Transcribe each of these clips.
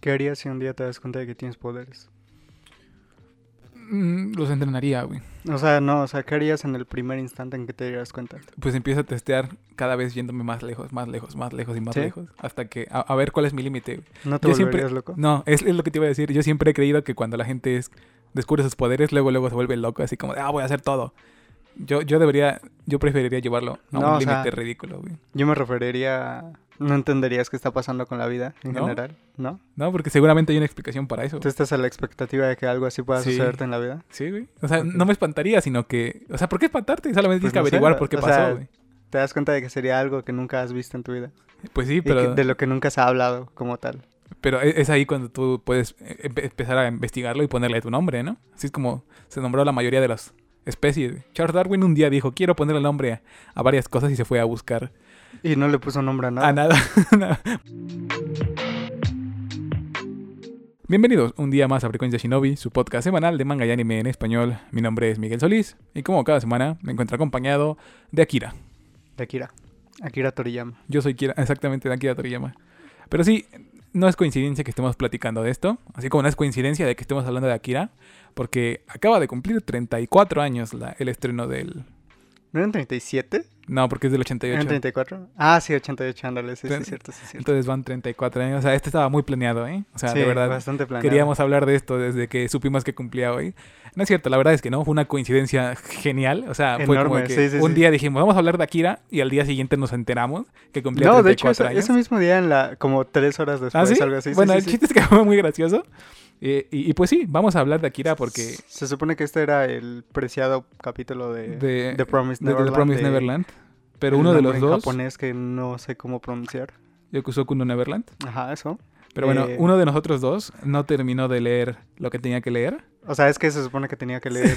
¿Qué harías si un día te das cuenta de que tienes poderes? Mm, Los entrenaría, güey. O sea, no, o sea, ¿qué harías en el primer instante en que te dieras cuenta? Pues empiezo a testear cada vez yéndome más lejos, más lejos, más lejos y más ¿Sí? lejos. Hasta que, a, a ver cuál es mi límite, güey. ¿No te Yo siempre- volverías loco? No, es, es lo que te iba a decir. Yo siempre he creído que cuando la gente es- descubre sus poderes, luego, luego se vuelve loco, así como de, ah, voy a hacer todo. Yo, yo debería, yo preferiría llevarlo a No, o un límite sea, ridículo, güey. Yo me referiría a... No entenderías qué está pasando con la vida en ¿No? general, ¿no? No, porque seguramente hay una explicación para eso. ¿Tú estás a la expectativa de que algo así pueda Sí. sucederte en la vida? Sí, güey. O sea, no me espantaría, sino que. O sea, ¿por qué espantarte? Solamente Pues tienes que no sé, averiguar o- por qué o pasó, sea, güey. Te das cuenta de que sería algo que nunca has visto en tu vida. Pues sí, Y que- pero, de lo que nunca se ha hablado como tal. pero e- es ahí cuando tú puedes eh, empe- empezar a investigarlo y ponerle tu nombre, ¿no? Así es como se nombró la mayoría de las especies. güey. Charles Darwin un día dijo: Quiero ponerle nombre a, a varias cosas y se fue a buscar Y no le puso nombre a nada. a nada. Nada. Bienvenidos un día más a Frecuencia Shinobi, su podcast semanal de manga y anime en español. Mi nombre es Miguel Solís y como cada semana me encuentro acompañado de Akira. De Akira. Akira Toriyama. Yo soy Kira, exactamente de Akira Toriyama. Pero sí, no es coincidencia que estemos platicando de esto, así como no es coincidencia de que estemos hablando de Akira, porque acaba de cumplir 34 años la- el estreno del... ¿No eran 37? No, porque es del ¿Eran 88. 34? Ah, sí, 88, ándale, sí, sí, Tre- es cierto, sí, es cierto. Entonces van 34 años. O sea, este estaba muy planeado, ¿eh? O sea, sí, de verdad. bastante planeado. Queríamos hablar de esto desde que supimos que cumplía hoy. No es cierto, la verdad es que no, fue una coincidencia genial. O sea, fue como Enorme, que sí, sí, un sí. día dijimos, vamos a hablar de Akira y al día siguiente nos enteramos que cumplía No, de hecho, 34 ese, años. ese mismo día, en la, como tres horas después, ¿Ah, sí? algo así. sí, Bueno, sí, el sí. chiste es que fue muy gracioso. Eh, y, y pues sí, vamos a hablar de Akira porque... Se supone que este era el preciado capítulo de, De, The Promised de- de The Neverland. Promised de- Neverland. Pero el uno de los nombre en dos, japonés que no sé cómo pronunciar. Yokusoku no Neverland. Ajá, eso. Pero bueno, Eh, uno de nosotros dos no terminó de leer lo que tenía que leer. O sea, es que se supone que tenía que leer.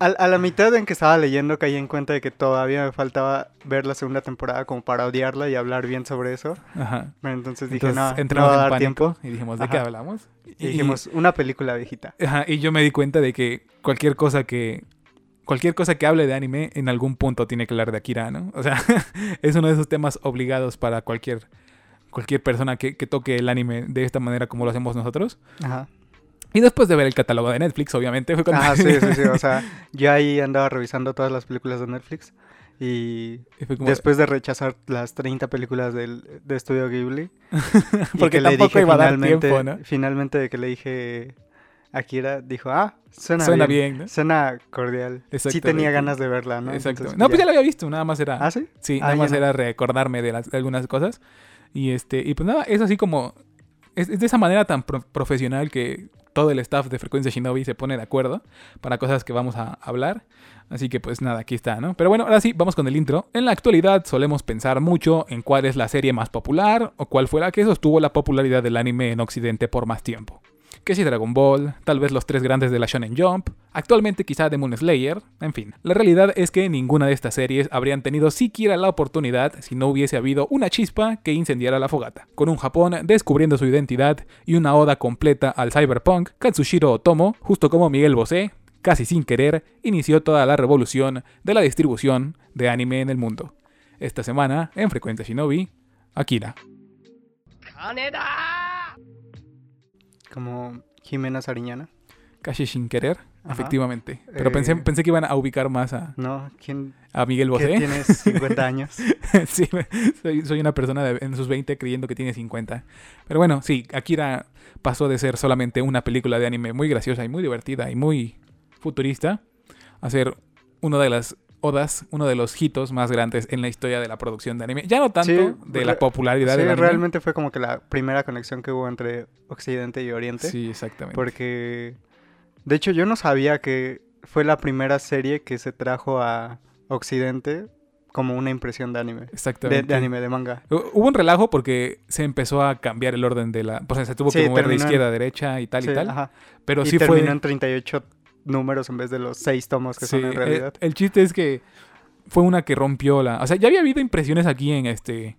Al- a la mitad en que estaba leyendo caí en cuenta de que todavía me faltaba ver la segunda temporada como para odiarla y hablar bien sobre eso. Ajá. Pero entonces Pues dije, Entonces no, no entramos va a en dar pánico tiempo. y dijimos, ¿de qué Ajá. hablamos? Y dijimos, una película viejita. Ajá, y yo me di cuenta de que cualquier cosa que cualquier cosa que hable de anime en algún punto tiene que hablar de Akira, ¿no? O sea, es uno de esos temas obligados para cualquier cualquier persona que, que toque el anime de esta manera como lo hacemos nosotros. Ajá. Y después de ver el catálogo de Netflix, obviamente, fue cuando, Ajá, Ah, sí, sí, sí. O sea, yo ahí andaba revisando todas las películas de Netflix. Y y fue como- después de rechazar las 30 películas del, de Estudio Ghibli, y porque que le tampoco dije iba a dar finalmente, tiempo, ¿no? finalmente de que le dije a Kira, dijo, ah, suena, Suena bien. bien, ¿no? Suena cordial. Sí tenía Exactamente. ganas de verla, ¿no? Exacto. Entonces, no, pues ya lo había visto, nada más era ¿Ah, sí? Sí, Ah, nada ya más no. era recordarme de, las- de algunas cosas. Y este, y pues nada, es así como. Es, es de esa manera tan pro- profesional que todo el staff de Frecuencia Shinobi se pone de acuerdo para cosas que vamos a hablar. Así que pues nada, aquí está, ¿no? Pero bueno, ahora sí, vamos con el intro. En la actualidad solemos pensar mucho en cuál es la serie más popular o cuál fue la que sostuvo la popularidad del anime en Occidente por más tiempo. Que si Dragon Ball, tal vez los tres grandes de la Shonen Jump, actualmente quizá Demon Slayer, en fin. La realidad es que ninguna de estas series habrían tenido siquiera la oportunidad si no hubiese habido una chispa que incendiara la fogata. Con un Japón descubriendo su identidad y una oda completa al cyberpunk, Katsushiro Otomo, justo como Miguel Bosé, casi sin querer, inició toda la revolución de la distribución de anime en el mundo. Esta semana, en Frecuencia Shinobi, Akira. Como Jimena Sariñana. Casi sin querer, Ajá. efectivamente. Pero Eh. pensé, pensé que iban a ubicar más a, ¿No? ¿Quién a Miguel que Bosé. tienes 50 años? sí, me- soy, soy una persona de- en sus 20 creyendo que tiene 50. Pero bueno, sí, Akira pasó de ser solamente una película de anime muy graciosa y muy divertida y muy futurista a ser una de las odas, uno de los hitos más grandes en la historia de la producción de anime. Ya no tanto Sí, de la re- popularidad Sí, del anime. realmente fue como que la primera conexión que hubo entre Occidente y Oriente. Sí, exactamente. Porque, de hecho, yo no sabía que fue la primera serie que se trajo a Occidente como una impresión de anime. De, Exactamente. de anime, de manga. Hu- Hubo un relajo porque se empezó a cambiar el orden de la... O sea, se tuvo que Sí, mover de terminó en- izquierda a derecha y tal Sí, y tal. ajá. Pero y sí terminó fue... en 38 números en vez de los 6 tomos que Sí, eh, son en el- realidad. El, chiste es que fue una que rompió la. O sea, ya había habido impresiones aquí en este.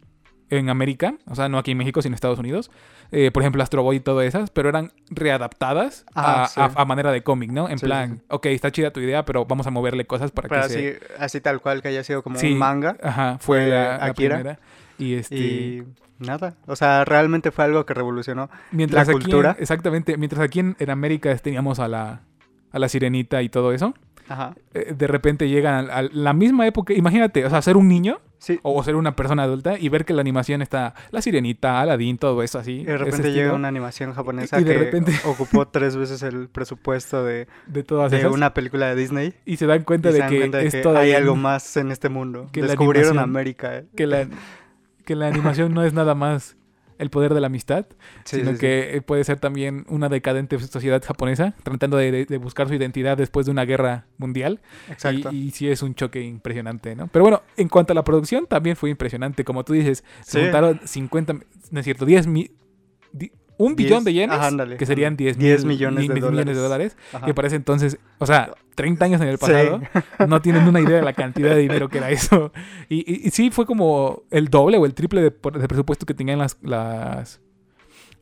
En América, o sea, no aquí en México, sino en Estados Unidos. Eh, por ejemplo, Astro Boy y todas esas, pero eran readaptadas a, Ah, sí. a- a manera de cómic, ¿no? En Sí, sí, plan, sí. ok, está chida tu idea, pero vamos a moverle cosas para Pero que se. así, así tal cual que haya sido como Sí, un manga. Ajá, fue la, la Akira. primera. Y este. Y nada, o sea, realmente fue algo que revolucionó. mientras la aquí en- cultura. exactamente. Mientras aquí en, en América teníamos a la, a la sirenita y todo eso. Ajá. eh, De repente llegan a, a la misma época. Imagínate, o sea, ser un niño Sí, o ser una persona adulta y ver que la animación está la sirenita, Aladdin, todo eso así. y de ese repente estilo llega una animación japonesa y de que repente- ocupó tres veces el presupuesto de, De todas de esas. una película de Disney. Y se dan cuenta Y se de dan que cuenta de es que hay todavía algo un- más en este mundo. que la Descubrieron animación. América. eh. que la, que la animación no es nada más el poder de la amistad, Sí, sino sí, sí. que eh, puede ser también una decadente sociedad japonesa tratando de, de buscar su identidad después de una guerra mundial. Y, Exacto. y sí es un choque impresionante, ¿no? Pero bueno, en cuanto a la producción también fue impresionante. Como tú dices, se Sí. juntaron 50, mi- no es cierto, 10 mil... Un Diez- billón de yenes, ajá, ándale. que serían 10, 10 mil- millones mil- de millones de dólares. dólares, Ajá. que parece entonces, o sea, 30 años en el Sí. pasado, no tienen una idea de la cantidad de dinero que era eso. Y, y- y sí, fue como el doble o el triple de, por- de presupuesto que tenían las, las,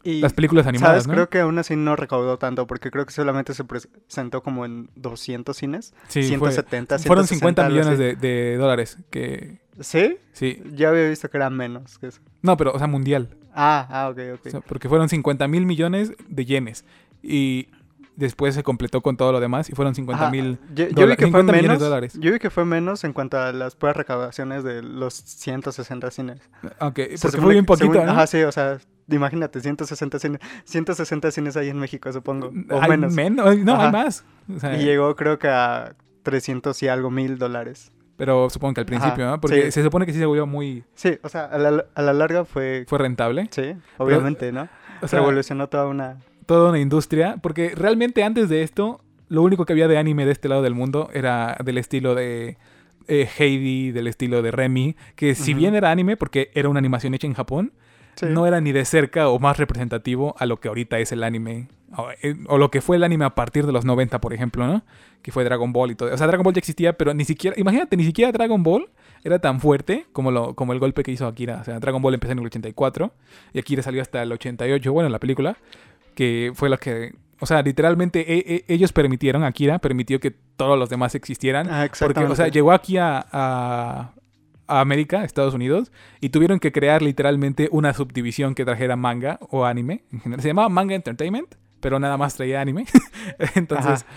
Y, las películas ¿Sabes? animadas, ¿no? Creo que aún así no recaudó tanto, porque creo que solamente se presentó como en 200 cines. sí, fue- 170, fueron 50 algo millones así. de, de dólares, que ¿Sí? sí. Ya había visto que era menos que eso. No, pero, o sea, mundial. Ah, ah, ok, ok. O sea, porque fueron 50 mil millones de yenes. Y después se completó con todo lo demás y fueron 50 Ajá, mil. yo, yo vi dólares- que fue 50 millones de menos, dólares. Yo vi que fue menos en cuanto a las puras recaudaciones de los 160 cines. Aunque, Se porque supone fue bien que- según- poquito, ¿no? Ajá, sí, o sea, imagínate, 160 cines, 160 cines hay en México, supongo, o Hay menos. menos- No, hay Ajá. más. O sea, Y llegó creo que a 300 y algo mil dólares. pero supongo que al principio, Ajá, ¿no? Porque sí. se supone que sí se volvió muy... Sí, o sea, a la, a la larga fue... Fue rentable. Sí, obviamente, ¿no? O sea, Revolucionó toda una... toda una industria. Porque realmente antes de esto, lo único que había de anime de este lado del mundo era del estilo de eh, Heidi, del estilo de Remy. Que si Ujú. bien era anime, porque era una animación hecha en Japón, Sí. no era ni de cerca o más representativo a lo que ahorita es el anime. O, eh, o lo que fue el anime a partir de los 90, por ejemplo, ¿no? Que fue Dragon Ball y todo. O sea, Dragon Ball ya existía, pero ni siquiera, imagínate, ni siquiera Dragon Ball era tan fuerte como, lo, como el golpe que hizo Akira. O sea, Dragon Ball empezó en el 84 y Akira salió hasta el 88, bueno, en la película, que fue la que... O sea, literalmente e- e- ellos permitieron, Akira permitió que todos los demás existieran. Ah, Porque, o sea, exactamente. llegó aquí a, a- a América, Estados Unidos, y tuvieron que crear literalmente una subdivisión que trajera manga o anime. En general, se llamaba Manga Entertainment, pero nada más traía anime. Entonces, Ajá,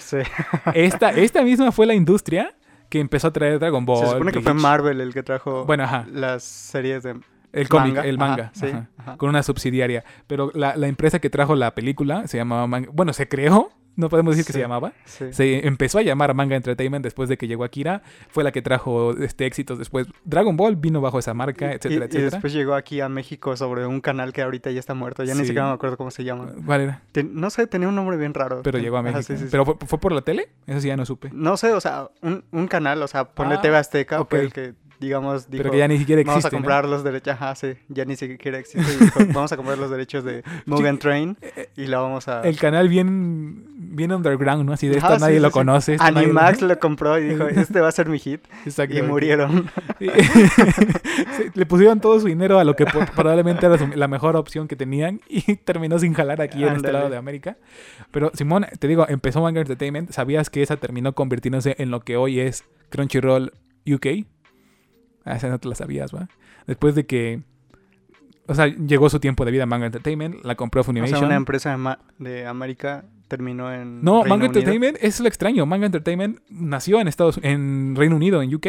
sí. esta, esta misma fue la industria que empezó a traer Dragon Ball. Se supone que fue Bleach. Marvel el que trajo Bueno, ajá. las series de El cómic, manga. el Ajá, manga. sí, ajá, ajá. Con una subsidiaria. Pero la, la empresa que trajo la película se llamaba Manga. Bueno, se creó. No podemos decir que se Sí. llamaba. Sí. Se empezó a llamar Manga Entertainment después de que llegó Akira. Fue la que trajo este éxitos después. Dragon Ball vino bajo esa marca, etcétera, y, y etcétera. después llegó aquí a México sobre un canal que ahorita ya está muerto. Ya Sí. ni siquiera me acuerdo cómo se llama. ¿Cuál era? Ten- no sé, tenía un nombre bien raro. Pero Ten- llegó a ajá, México. sí, sí, sí. ¿Pero fue, fue por la tele? Eso sí ya no supe. No sé, o sea, un, un canal, o sea, ponle Ah, TV Azteca ok. fue el que, digamos, dijo... Pero que ya ni siquiera existe. Vamos a ¿no? comprar los derechos, ajá, sí, ya ni siquiera existe. y dijo, vamos a comprar los derechos de Mugen Train eh, y la vamos a... El canal bien, bien underground, ¿no? Así de esto Ajá, sí, nadie sí, lo sí. conoce. esto nadie lo- Animax lo compró y dijo, este va a ser mi hit. Y Exactamente. murieron. Sí. Sí, Le pusieron todo su dinero a lo que po- probablemente era su- la mejor opción que tenían y terminó sin jalar aquí en este Ándale. lado de América. Pero Simón, te digo, empezó Manga Entertainment. ¿Sabías que esa terminó convirtiéndose en lo que hoy es Crunchyroll UK? Ah, esa no te la sabías, ¿va? Después de que... O sea, llegó su tiempo de vida Manga Entertainment, la compró O Funimation. sea, una empresa de, ma- de América terminó en No, Reino Manga Unido. Entertainment es lo extraño. Manga Entertainment nació en Estados en Reino Unido, en UK.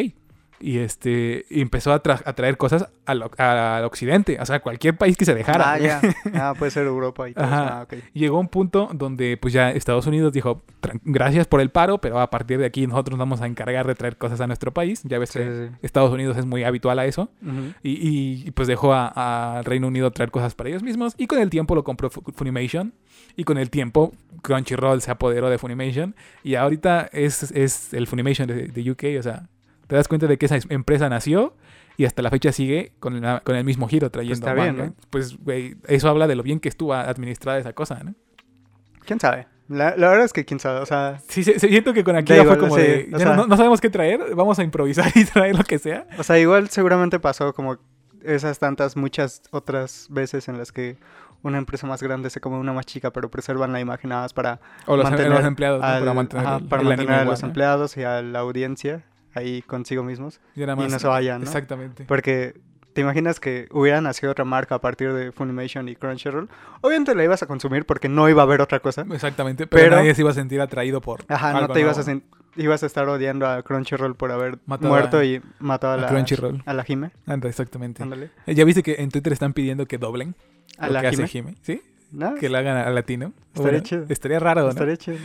Y este y empezó a, tra- a traer cosas al, oc- al occidente, o sea, a cualquier país que se dejara. Ah, ya. Ah, puede ser Europa y todo. eso. Ajá. Ah, ok. Llegó un punto donde pues ya Estados Unidos dijo, "Tran- gracias por el paro, pero a partir de aquí nosotros nos vamos a encargar de traer cosas a nuestro país. Ya ves Sí, que sí, sí. Estados Unidos es muy habitual a eso. Ujú. Y, y- y, pues dejó a, a Reino Unido traer cosas para ellos mismos. Y con el tiempo lo compró Fu- Funimation. Y con el tiempo Crunchyroll se apoderó de Funimation. Y ahorita es, es el Funimation de, de UK. O sea, te das cuenta de que esa es- empresa nació y hasta la fecha sigue con, la- con el mismo giro trayendo está bien, manga. ¿no? Pues, güey, eso habla de lo bien que estuvo administrada esa cosa, ¿no? ¿Quién sabe? La, la verdad es que quién sabe. O sea, Sí, sí, sí, siento que con Akira igual, fue como sí, de... o ya sea- no, no sabemos qué traer, vamos a improvisar y traer lo que sea. o sea, igual seguramente pasó como esas tantas, muchas otras veces en las que una empresa más grande se come una más chica, pero preservan la imagen nada más para O los, mantener los empleados, ¿no? al- para mantener, ajá, el- para el anime mantener a igual, los ¿no? empleados y a la audiencia ahí consigo mismos Y, era y más- no se vayan, ¿no? Exactamente. Porque ¿Te imaginas que hubiera nacido otra marca a partir de Funimation y Crunchyroll? Obviamente la ibas a consumir porque no iba a haber otra cosa. Exactamente, pero, Pero- nadie se iba a sentir atraído por. Ajá, no algo te ibas a nuevo. sen- ibas a estar odiando a Crunchyroll por haber Matado muerto a- y matado a a la Crunchyroll. a la Jime. Anda, exactamente. Ándale. Eh, Ya viste que en Twitter están pidiendo que doblen A lo la que hace Jime. Jime, ¿sí? ¿No? Que la hagan a- a latino. Estaría chido. Estaría raro, ¿no? Estaría chido.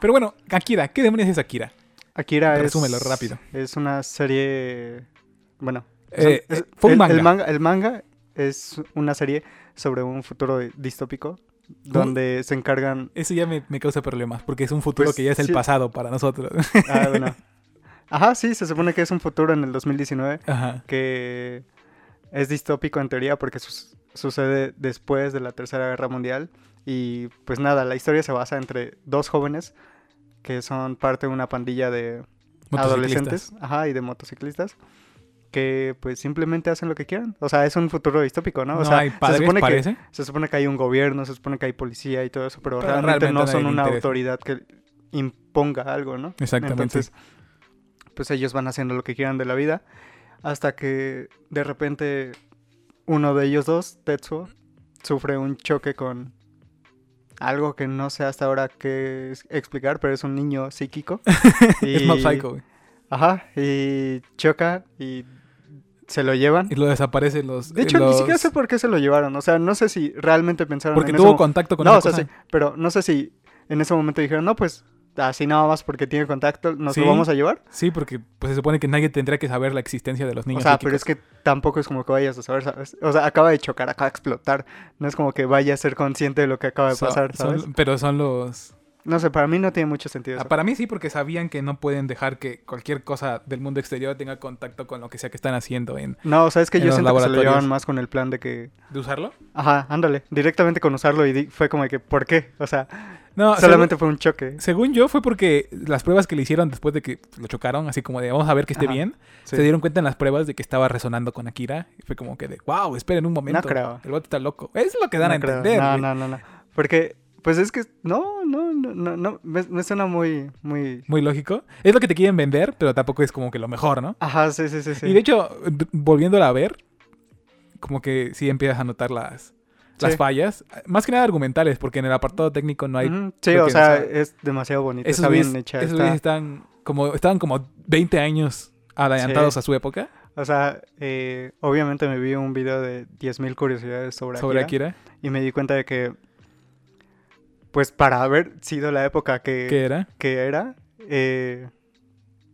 Pero bueno, Akira, ¿qué demonios es Akira? Akira es. Resúmelo rápido. Es una serie. Bueno. Eh, es- eh, fue un el- manga. El manga, el manga es una serie sobre un futuro distópico donde se encargan. Eso ya me, me causa problemas, porque es un futuro Pues, que ya es el sí. pasado para nosotros. Ah, bueno. Ajá, sí, se supone que es un futuro en el 2019 Ajá. que es distópico en teoría porque sus- sucede después de la Tercera Guerra Mundial. Y pues nada, la historia se basa entre dos jóvenes que son parte de una pandilla de adolescentes, Motociclistas. ajá, y de motociclistas que pues simplemente hacen lo que quieran. O sea, es un futuro distópico, ¿no? No, O sea, hay padres, se supone parece. que se supone que hay un gobierno, se supone que hay policía y todo eso, pero, Pero realmente, realmente no nadie son le una interesa. autoridad que imponga algo, ¿no? Exactamente. Entonces, pues ellos van haciendo lo que quieran de la vida hasta que de repente uno de ellos dos, Tetsuo, sufre un choque con algo que no sé hasta ahora qué es- explicar, pero es un niño psíquico. Es Mob Psycho. güey. Ajá, y choca y se lo llevan. Y lo desaparecen los. De hecho, los- ni siquiera sé por qué se lo llevaron. O sea, no sé si realmente pensaron Porque en tuvo ese mo- contacto con No, esa o sea, cosa. sí, pero no sé si en ese momento dijeron, no, pues así nada más porque tiene contacto, nos Sí, lo vamos a llevar. Sí, porque pues, se supone que nadie tendría que saber la existencia de los O niños. sea, pero psíquicos. es que tampoco es como que vayas a saber, ¿sabes? O sea, acaba de chocar, acaba de explotar. No es como que vaya a ser consciente de lo que acaba de So- pasar, son- ¿sabes? pero son los... No sé, para mí no tiene mucho sentido. Ah, eso. para mí sí, porque sabían que no pueden dejar que cualquier cosa del mundo exterior tenga contacto con lo que sea que están haciendo en... No, o sea, es que en yo los siento que se lo laboratorios. llevan más con el plan de que, ¿De usarlo? ajá, ándale, directamente con usarlo y di- fue como de que, ¿por qué? O sea, No, solamente fue un choque. Según, según yo fue porque las pruebas que le hicieron después de que lo chocaron, así como de vamos a ver que esté Ajá, bien, sí. se dieron cuenta en las pruebas de que estaba resonando con Akira. Y fue como que de, wow, esperen un momento. creo. El vato está loco. Es lo que dan no a creo. entender. No, güey. no, no, no. Porque, pues es que, no, no, no, no, no, me, me suena muy, muy... Muy lógico. Es lo que te quieren vender, pero tampoco es como que lo mejor, ¿no? Ajá, sí, sí, sí, sí. Y de hecho, d- volviéndola a ver, como que sí empiezas a notar las, las Sí. fallas. Más que nada argumentales, porque en el apartado técnico no hay... Ujú, Sí, porque, o o sea, sea, es demasiado bonito, Esos está bien güeyes- hecha. esos está- güeyes están como, estaban como 20 años adelantados Sí. a su época O sea, eh, obviamente me vi un video de 10.000 curiosidades sobre, sobre Akira, Akira. y me di cuenta de que, pues para haber sido la época que, ¿Qué era? que era, eh,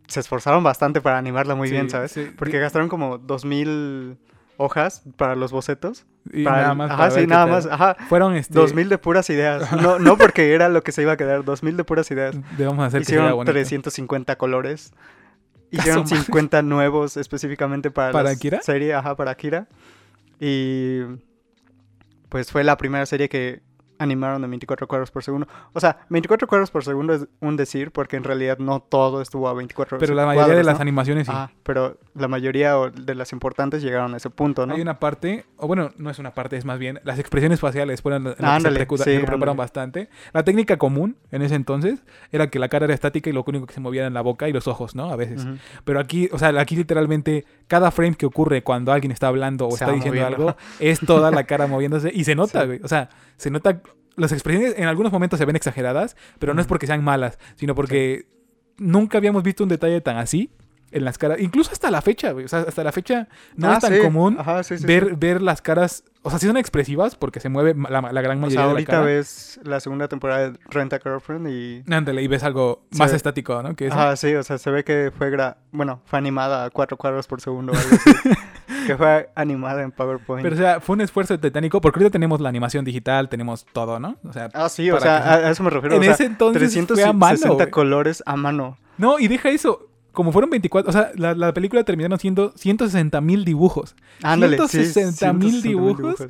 se esforzaron bastante para animarla muy Sí, bien, ¿sabes? sí. Porque gastaron como 2.000 hojas para los bocetos. Y para nada el- más. Ajá, para ver sí, qué nada tal. más. ah, Ajá, Fueron este... 2000 de puras ideas. No, no porque era lo que se iba a quedar, 2000 de puras ideas. Debemos hacer que se vea Hicieron bonito. 350 colores. su Hicieron madre. 50 nuevos específicamente para, ¿Para la Akira? serie, ajá, para Akira. Y pues fue la primera serie que animaron de 24 cuadros por segundo. O sea, 24 cuadros por segundo es un decir porque en realidad no todo estuvo a 24 Pero la mayoría de cuadros, las ¿no? animaciones sí. Ajá, Ah, pero la mayoría o de las importantes llegaron a ese punto, ¿no? Hay una parte, o bueno, no es una parte, es más bien las expresiones faciales fueron Ah, las las que se ándale, precu- sí, se ándale. preocuparon bastante. La técnica común en ese entonces era que la cara era estática y lo único que se movía era la boca y los ojos, ¿no? A veces. Ujú. Pero aquí, o sea, aquí literalmente cada frame que ocurre cuando alguien está hablando o Se está va diciendo moviendo. algo es toda la cara moviéndose y se nota, Sí. güey. O sea, se nota. Las expresiones en algunos momentos se ven exageradas, pero no es Ujú. porque sean malas, sino porque nunca habíamos visto un detalle tan así en las caras. Incluso hasta la fecha, güey. O sea, hasta la fecha no Ah, es tan sí, común ajá, sí, sí, ver, ver las caras. O sea, sí son expresivas porque se mueve ma- la, la gran O mayoría sea, de la ahorita cara. ves la segunda temporada de Rent a Girlfriend y... Ándale, y ves algo Se más ve. estático, ¿no? Que eso. Ah, sí, o sea, se ve que fue gra... Bueno, fue animada a cuatro cuadros por segundo. o algo así. que fue animada en PowerPoint. Pero, o sea, fue un esfuerzo titánico porque ahorita tenemos la animación digital, tenemos todo, ¿no? O sea, ah, sí, o para sea, que- a, a eso me refiero. en o sea, ese entonces fue a mano, 360 güey. colores a mano. No, y deja eso. Como fueron 24, o sea, la, la película terminaron siendo 160 mil dibujos. Ándale, sí, 160,000 160,000 dibujos.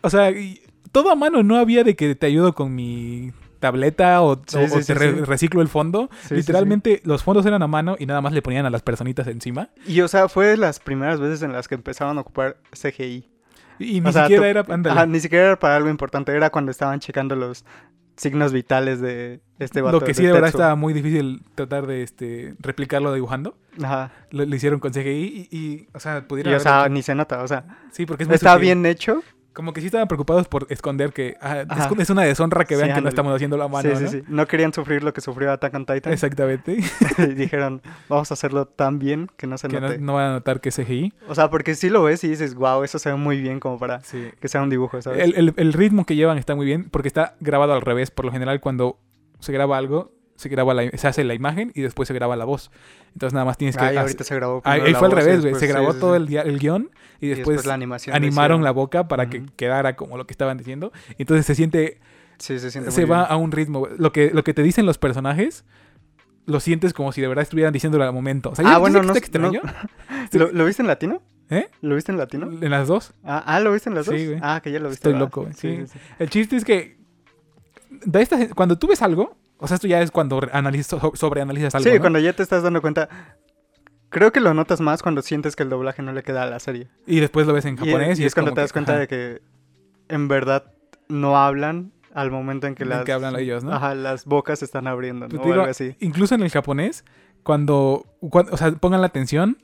O sea, y todo a mano, no había de que te ayudo con mi tableta o, Sí, o- sí, o te sí, re- sí. reciclo el fondo. Sí, sí, Literalmente los fondos eran a mano y nada más le ponían a las personitas encima. Y, o sea, fue de las primeras veces en las que empezaron a ocupar CGI. Y, y O ni sea, siquiera tú- eh, era... ándale. Ajá, ni siquiera era para algo importante, era cuando estaban checando los signos vitales de este vato. Lo que sí de verdad estaba muy difícil tratar de este, replicarlo dibujando. Ajá. Lo, lo hicieron con CGI y, y, o sea, Y, pudieron... o haber sea, hecho- ni se nota, o sea, sí, porque es muy está sutil. bien hecho. Como que sí estaban preocupados por esconder que... ah, es- Ajá. es, una deshonra que Sí, vean que no ándale. estamos haciendo la mano, sí, sí, ¿no? sí. No querían sufrir lo que sufrió Attack on Titan. Exactamente. y dijeron, vamos a hacerlo tan bien que no se que no, note. no van a notar que es CGI. O sea, porque si lo ves y dices, wow, eso se ve muy bien como para Sí. que sea un dibujo, ¿sabes? El, el- el ritmo que llevan está muy bien porque está grabado al revés. Por lo general, cuando se graba algo, se, graba la- se hace la imagen y después se graba la voz. Entonces nada más tienes que... Ay, hacer- ahorita se grabó. Ahí, primero ahí la fue al voz y revés, güey. después- Se grabó sí, sí, todo sí. el, dia- el guión y Y después, la animación. le animaron hicieron. la boca para que Ujú. quedara como lo que estaban diciendo. Entonces se siente, Sí, se siente se muy va bien. a un ritmo. güey. Lo que, lo que te dicen los personajes, lo sientes como si de verdad estuvieran diciéndolo al momento. O sea, Ah, yo- yo bueno, sé que no- está no- extraño. ¿Lo, lo viste en latino? ¿Eh? ¿Lo viste en latino? En las dos. Ah, ah, ¿lo viste en las Sí, dos? güey. Ah, que ya lo viste. Estoy ¿verdad? loco, güey, sí. El chiste es que da esta- cuando tú ves algo, o sea, esto ya es cuando re- analizas, so- sobreanalizas algo. Sí, ¿no? cuando ya te estás dando cuenta. Creo que lo notas más cuando sientes que el doblaje no le queda a la serie. Y después lo ves en Y- japonés. y, es cuando como te das que, cuenta ajá, de que en verdad no hablan al momento en que en las, que hablan ellos, ¿no? ajá, las bocas se están abriendo, Pues ¿no? te O algo digo, así. Incluso en el japonés, cuando, cuan- o sea, pongan la atención,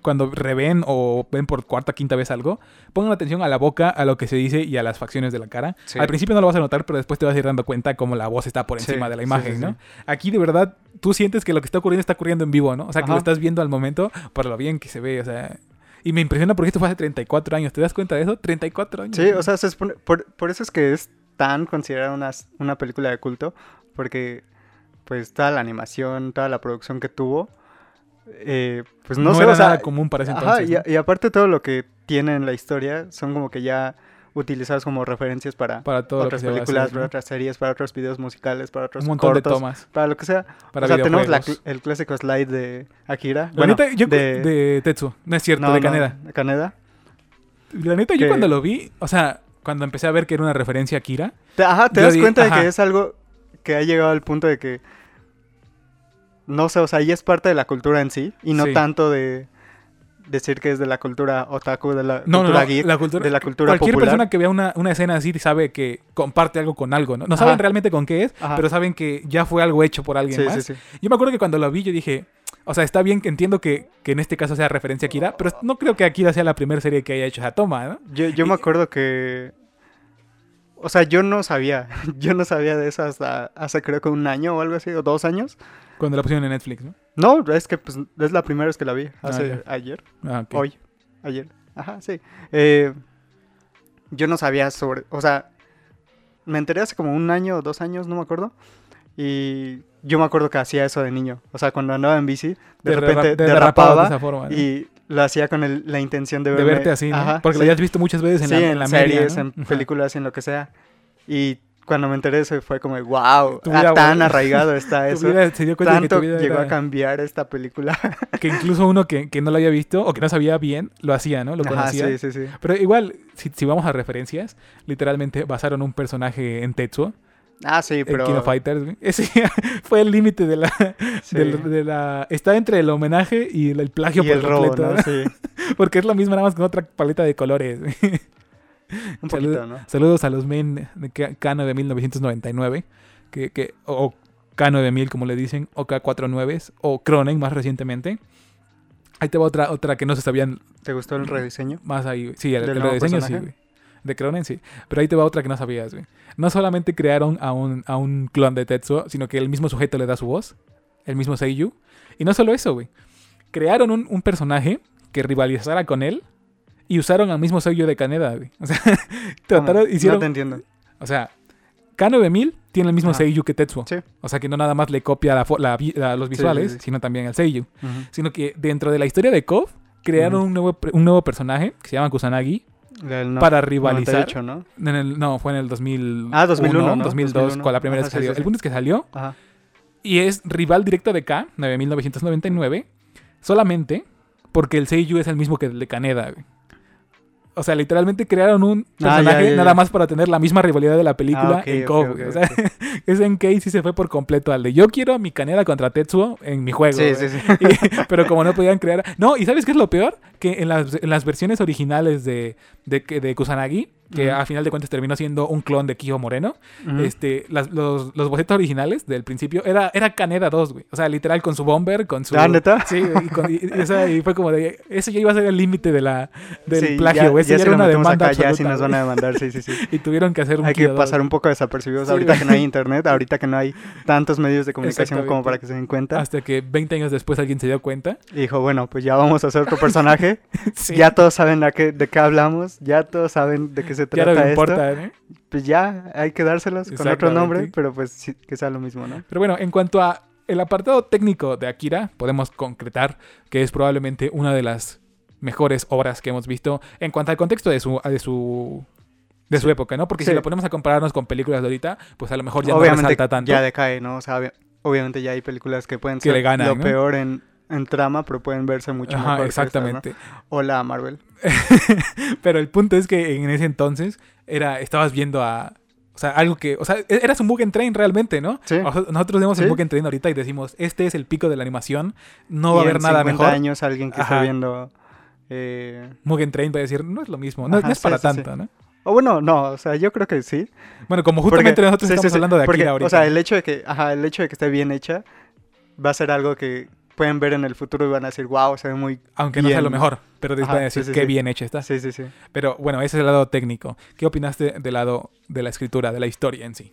cuando revén o ven por cuarta quinta vez algo, pongan atención a la boca, a lo que se dice y a las facciones de la cara. Sí. Al principio no lo vas a notar, pero después te vas a ir dando cuenta como la voz está por Sí, encima de la sí, imagen, sí, ¿no? sí. Aquí de verdad tú sientes que lo que está ocurriendo está ocurriendo en vivo, ¿no? O sea, que lo Ajá. estás viendo al momento por lo bien que se ve, o sea... Y me impresiona porque esto fue hace 34 años, ¿te das cuenta de eso? 34 años. Sí, o sea, se supone- por, por eso es que es tan considerada una, una película de culto, porque pues toda la animación, toda la producción que tuvo, eh, pues no, no, sé, era o sea, nada común para ese entonces. ajá, y, ¿no? a- y aparte todo lo que tiene en la historia son como que ya utilizados como referencias para, Para todo lo que otras se va a hacer, películas, ¿no? para otras series, para otros videos musicales, para otros Un montón de cortos, tomas. para lo que sea. Para o sea, tenemos la videojuegos. cl- el clásico slide de Akira. La bueno, neta, yo de... de, Tetsu, no es cierto, no, de no, Caneda. de Kaneda. La neta, yo Que- cuando lo vi, o sea, cuando empecé a ver que era una referencia a Kira, Te- ajá, te Yo das di- cuenta de ajá. que es algo que ha llegado al punto de que. No sé, o sea, ya es parte de la cultura en sí. Y no Sí. tanto de decir que es de la cultura otaku, de la no, no, cultura no, geek, la cultura, de la cultura cualquier popular. persona que vea una, una escena así sabe que comparte algo con algo, ¿no? No saben Ajá. realmente con qué es, Ajá. pero saben que ya fue algo hecho por alguien Sí, más. sí, sí. Yo me acuerdo que cuando lo vi, yo dije, o sea, está bien que entiendo que, que en este caso sea referencia a Kira, pero no creo que Akira sea la primera serie que haya hecho esa toma, ¿no? Yo, yo me acuerdo que. O sea, yo no sabía. Yo no sabía de eso hasta hace creo que un año o algo así, o dos años. Cuando la pusieron en Netflix, ¿no? No, es que pues, es la primera vez que la vi. Ah, Hace ayer. Ah, ok. Hoy. Ayer. Ajá, sí. Eh, yo no sabía sobre. O sea, me enteré hace como un año o dos años, no me acuerdo. Y yo me acuerdo que hacía eso de niño. O sea, cuando andaba en bici, de, Te derra- repente te derrapabas de derrapaba esa forma, ¿no? y lo hacía con el- la intención de, de verme- verte así, ¿no? Ajá, Porque sí. lo hayas visto muchas veces en Sí, la, en, en la media, series, ¿no? en Ajá. películas, en lo que sea. Y cuando me enteré de eso fue como, wow, Tu vida, tan güey. arraigado está Tu eso. vida- se dio cuenta de que tu Tanto vida llegó a era- cambiar esta película. que incluso uno que, que no lo había visto o que no sabía bien, lo hacía, ¿no? Lo Ajá, conocía. Ah, sí, sí, sí. Pero igual, si, si vamos a referencias, literalmente basaron un personaje en Tetsuo, Ah, sí, en pero... King of Fighters. güey. Ese fue el límite de la, sí. del- de la... Está entre el homenaje y el, el plagio y por el robo, completo, ¿no? Sí, Porque es la misma, nada más con otra paleta de colores. güey. un Salud- poquito, ¿no? Saludos a los men de Ca- K9 1999, que, que, o K9000 como le dicen, o K49, o Cronen más recientemente. Ahí te va otra, otra que no se sabían ¿Te gustó el rediseño? más ahí, güey. Sí, el, ¿Del el nuevo rediseño sí, personaje? güey. De Cronen sí. Pero ahí te va otra que no sabías, güey. No solamente crearon a un, a un clon de Tetsuo, sino que el mismo sujeto le da su voz, el mismo Seiyu. Y no solo eso, güey. Crearon un, un personaje que rivalizara con él y usaron al mismo Seiyu de Caneda, güey. O sea, trataron, ¿Cómo? hicieron... No te entiendo. O sea, K9000 tiene el mismo Ajá. Seiyu que Tetsuo. Sí. O sea, que no nada más le copia la fo- la vi- la- los Sí, sí, visuales, sí. sino también el Seiyu Ujú. sino que dentro de la historia de KOF crearon Ujú. un, nuevo, pre- un nuevo personaje que se llama Kusanagi Del no- para rivalizar. 98, ¿no? En el- no, fue en el 2001, Ah, 2001, ¿no? 2002, 2001. con la primera Ajá, vez que sí, sí, salió. sí. El punto es que salió Ajá. y es rival directo de K, 9999, solamente porque el Seiyu es el mismo que el de Kaneda. güey. O sea, literalmente crearon un Ah, ya, personaje ya, ya. nada más para tener la misma rivalidad de la película Ah, ok, en ok, KOF. ok, güey. O sea, ese NK sí se fue por completo al de yo quiero a mi Kaneda contra Tetsuo en mi juego. Sí, güey". sí, sí. Y- pero como no podían crear. No, y ¿sabes qué es lo peor? Que en las, en las versiones originales de, de, que- de Kusanagi que Ujú. a final de cuentas terminó siendo un clon de Kijo Moreno. Ujú. Este, las- los, los bocetos originales del principio era, era Caneda 2, güey. O sea, literal, con su bomber, con su. Ah, ¿neta? Sí, güey, y, con- y- y- o sea, y fue como de. Eso ya iba a ser el límite de la, del Sí, plagio, güey. Eso ya si era lo una metemos demanda. acá, ya si absoluta, nos van a güey. demandar, sí, sí, sí. Y tuvieron que hacer un Hay que Kido dos, pasar un poco desapercibidos Sí, ahorita güey. que no hay internet, ahorita que no hay tantos medios de comunicación como Exactamente. para que se den güey. cuenta. Hasta que 20 años después alguien se dio cuenta. Y dijo, bueno, pues ya vamos a hacer otro personaje. Sí, Ya todos saben a qué, de qué hablamos, ya todos saben de qué se ya trata no esto. me importa, ¿eh? Pues ya hay que dárselos con otro Exactamente. nombre, pero pues sí, que sea lo mismo, ¿no? Pero bueno, en cuanto a el apartado técnico de Akira, podemos concretar que es probablemente una de las mejores obras que hemos visto en cuanto al contexto de su de su de su época, ¿no? Porque si Sí. lo ponemos a compararnos con películas de ahorita, pues a lo mejor ya no obviamente resalta tanto. ya decae, ¿no? O sea, obvia- obviamente ya hay películas que pueden Que ser le ganan, lo ¿no? peor en, en trama, pero pueden verse mucho Ajá, mejor. que estas, ¿no? exactamente. Hola, Marvel. Pero el punto es que en ese entonces era estabas viendo a o sea, algo que, o sea, e- eras un Bug and Train realmente, ¿no? Sí. O sea, nosotros vemos el Sí. Bug and Train ahorita y decimos, este es el pico de la animación, no va a Y en haber nada 50 mejor. años alguien que Ajá. esté viendo... eh, Mugen Train va a decir, no es lo mismo, no, Ajá, no es sí, para sí, sí. tanto, ¿no? O bueno, no, o sea, yo creo que sí. Bueno, como Porque- justamente nosotros sí, sí, estamos sí, hablando de Akira porque, ahorita. O sea, el hecho de que, ajá, el hecho de que esté bien hecha va a ser algo que pueden ver en el futuro y van a decir, wow, se ve muy... aunque no sea bien. lo mejor, pero después Ajá, van a decir sí, sí, qué sí. bien hecha está. Sí, sí, sí. Pero bueno, ese es el lado técnico. ¿Qué opinaste del lado de la escritura, de la historia en sí?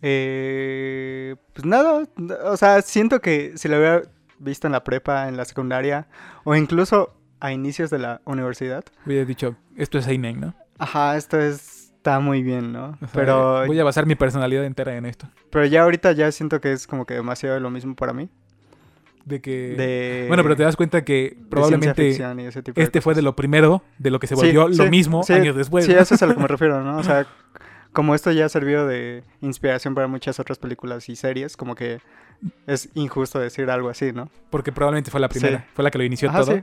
Eh, pues nada, n- o sea, siento que si lo hubiera visto en la prepa, en la secundaria, o incluso a inicios de la universidad, Hubiera dicho, esto es Seinen, ¿no? ajá, esto es- está muy bien, ¿no? O sea, Pero, Voy a basar mi personalidad entera en esto. pero ya ahorita ya siento que es como que demasiado de lo mismo para mí. De que... De, Eh, Bueno, pero te das cuenta que de probablemente ciencia ficción y ese tipo de este fue de lo primero, de lo que se Sí, volvió lo sí, mismo sí, años después. Sí, ¿no? eso es a lo que me refiero, ¿no? O sea, como esto ya ha servido de inspiración para muchas otras películas y series, como que es injusto decir algo así, ¿no? Porque probablemente fue la primera, Sí. fue la que lo inició Ajá, todo. sí.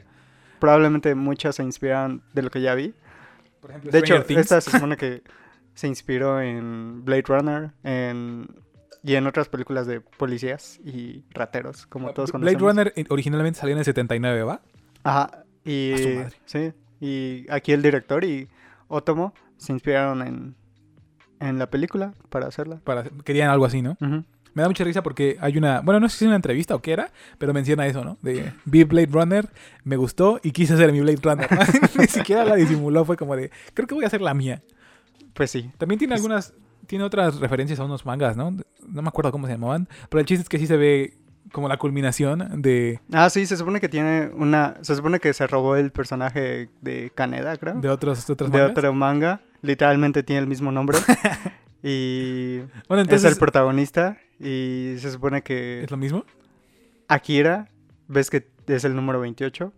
Probablemente muchas se inspiraron de lo que ya vi. Por ejemplo, De Stranger hecho, Things. esta se supone que se inspiró en Blade Runner, en... Y en otras películas de policías y rateros, como todos Ah, Blade conocemos. Runner eh, originalmente salió en el 79, ¿va? Ajá. Y, A su madre. sí, y aquí el director y Otomo se inspiraron en, en la película para hacerla. Para, querían algo así, ¿no? Ujú. Me da mucha risa porque hay una. Bueno, no sé si es una entrevista o qué era, pero menciona eso, ¿no? De vi Blade Runner, me gustó y quise hacer mi Blade Runner. Ni siquiera la disimuló, fue como de. Creo que voy a hacer la mía. Pues sí. También tiene Es- algunas. Tiene otras referencias a unos mangas, ¿no? No me acuerdo cómo se llamaban. Pero el chiste es que sí se ve como la culminación de, Ah, sí, se supone que tiene una. Se supone que se robó el personaje de Caneda, creo. de otros, otros de mangas. otro manga. Literalmente tiene el mismo nombre. y Bueno, es entonces. el protagonista. Y se supone que ¿Es lo mismo? Akira, ves que es el número 28.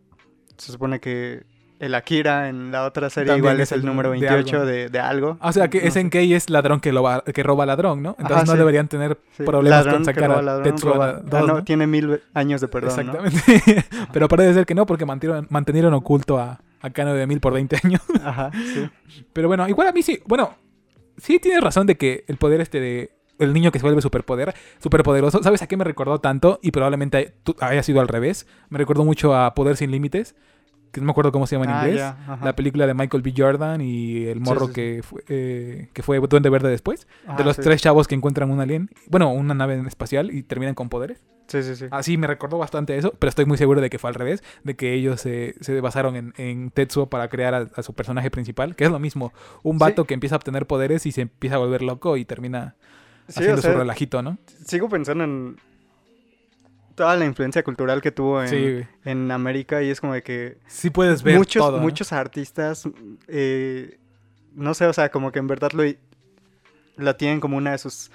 Se supone que el Akira en la otra serie También igual es el número de algo, 28 ¿no? de, de algo. Ah, O sea, que No sé. SNK es ladrón que, lo va- que roba ladrón, ¿no? Entonces Ajá, no sí. deberían tener Sí, problemas con ladrón que sacar roba a ladrón, Tetsuo roba- dos, Ah, no, ¿no? tiene mil años de perdón, ¿no? Exactamente. Pero parece ser que no, porque mantieron, mantenieron oculto a, a Kano de Mil por 20 años. Ajá, sí. Pero bueno, igual a mí sí. Bueno, sí tienes razón de que el poder este de. El niño que se vuelve superpoder, superpoderoso. ¿Sabes a qué me recordó tanto? Y probablemente hay- tú- haya sido al revés. Me recordó mucho a Poder Sin Límites. Que no me acuerdo cómo se llama en Ah, inglés. ya, ajá. La película de Michael B. Jordan y el morro sí, sí. Que, fue, eh, que fue Duende Verde después. Ah, de los sí. tres chavos que encuentran un alien. Bueno, una nave espacial y terminan con poderes. Sí, sí, sí. Así Ah, me recordó bastante eso, pero estoy muy seguro de que fue al revés, de que ellos eh, se basaron en, en Tetsuo para crear a, a su personaje principal, que es lo mismo, un Sí. vato que empieza a obtener poderes y se empieza a volver loco y termina Sí, haciendo o sea, su relajito, ¿no? sigo pensando en toda la influencia cultural que tuvo en, Sí, güey. en América y es como de que sí puedes ver muchos, todo, ¿no? muchos artistas, eh, no sé, o sea, como que en verdad lo, la tienen como una de sus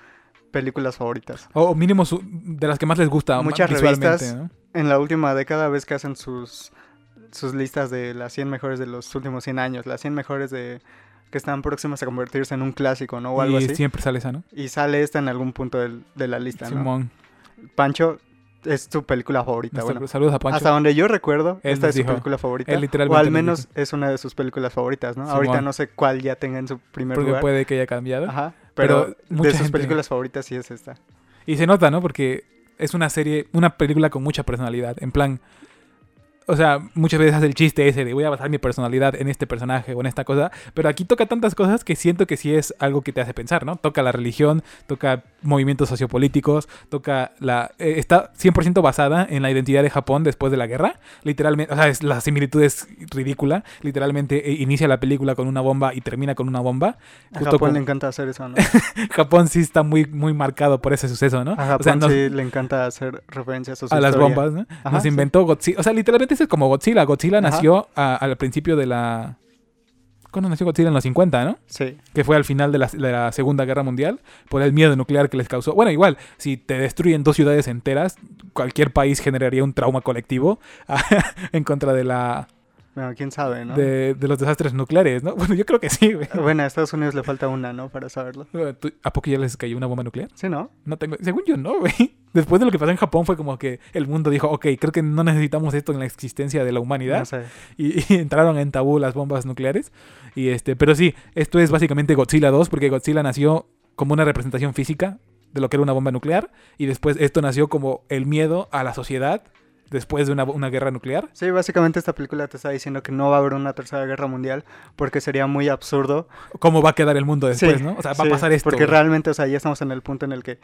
películas favoritas. O, o mínimo su- de las que más les gusta ma- Muchas visualmente, revistas. ¿no? En la última década ves que hacen sus, sus listas de las 100 mejores de los últimos 100 años, las 100 mejores de que están próximas a convertirse en un clásico, ¿no? O algo y así. siempre sale esa, ¿no? Y sale esta en algún punto del- de la lista, ¿no? Simón. Pancho es tu película favorita, Nuestro- bueno. Saludos a Pancho. Hasta donde yo recuerdo, Él esta es nos su dijo. película favorita. Él literalmente o al nos menos es una de sus películas favoritas, ¿no? Ahorita Simón. no sé cuál ya tenga en su primer porque lugar. puede que haya cambiado. Ajá. Pero Pero, mucha de sus gente- películas favoritas sí es esta. Y se nota, ¿no? Porque es una serie, una película con mucha personalidad. En plan, o sea, muchas veces hace el chiste ese de voy a basar mi personalidad en este personaje o en esta cosa, pero aquí toca tantas cosas que siento que sí es algo que te hace pensar, ¿no? Toca la religión, toca movimientos sociopolíticos, toca la... eh, está 100% basada en la identidad de Japón después de la guerra, literalmente, o sea, es- la similitud es ridícula, literalmente eh, inicia la película con una bomba y termina con una bomba. A Justo Japón con- le encanta hacer eso, ¿no? Japón sí está muy, muy marcado por ese suceso, ¿no? A Japón o sea, nos- sí le encanta hacer referencias a su a las pues, historia. bombas, ¿no? Ajá, Nos sí. inventó Godzilla. O sea, literalmente ese es como Godzilla. Godzilla Ajá. nació a- al principio de la. ¿Cuándo nació Godzilla? En los 50, ¿no? Sí, Que fue al final de la, de la Segunda Guerra Mundial por el miedo nuclear que les causó. Bueno, igual, si te destruyen dos ciudades enteras, cualquier país generaría un trauma colectivo en contra de la bueno, quién sabe, ¿no? de, de los desastres nucleares, ¿no? Bueno, yo creo que sí, güey. Bueno, a Estados Unidos le falta una, ¿no? Para saberlo. ¿Tú- ¿A poco ya les cayó una bomba nuclear? Sí, ¿no? No tengo. Según yo, no, güey. Después de lo que pasó en Japón, fue como que el mundo dijo, ok, creo que no necesitamos esto en la existencia de la humanidad. No sé. y, y entraron en tabú las bombas nucleares. Y este, pero sí, esto es básicamente Godzilla 2, porque Godzilla nació como una representación física de lo que era una bomba nuclear, y después esto nació como el miedo a la sociedad después de una, una guerra nuclear. Sí, básicamente esta película te está diciendo que no va a haber una tercera guerra mundial porque sería muy absurdo. ¿Cómo va a quedar el mundo después, Sí, no? O sea, va sí, a pasar esto. Porque güey. realmente, o sea, ya estamos en el punto en el que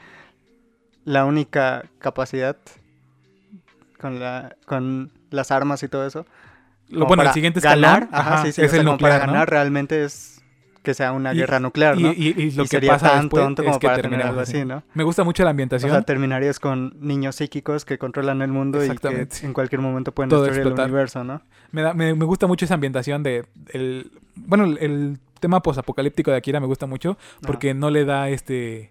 la única capacidad con, la, con las armas y todo eso. Lo como bueno, el para siguiente ganar, escalón, ajá, sí, sí, es o sea, el como para nuclear, ¿no? ganar realmente es que sea una Y- guerra nuclear, Y, ¿no? y- y lo Y que sería pasa tan después tonto es como que para tener terminamos algo así, así. ¿no? Me gusta mucho O la ambientación. sea, terminarías con niños psíquicos que controlan el mundo y que Exactamente. en cualquier momento pueden Todo destruir el explotar. universo, ¿no? Me, da- me, me gusta mucho esa ambientación de el bueno el, el tema posapocalíptico de Akira me gusta mucho porque no le da este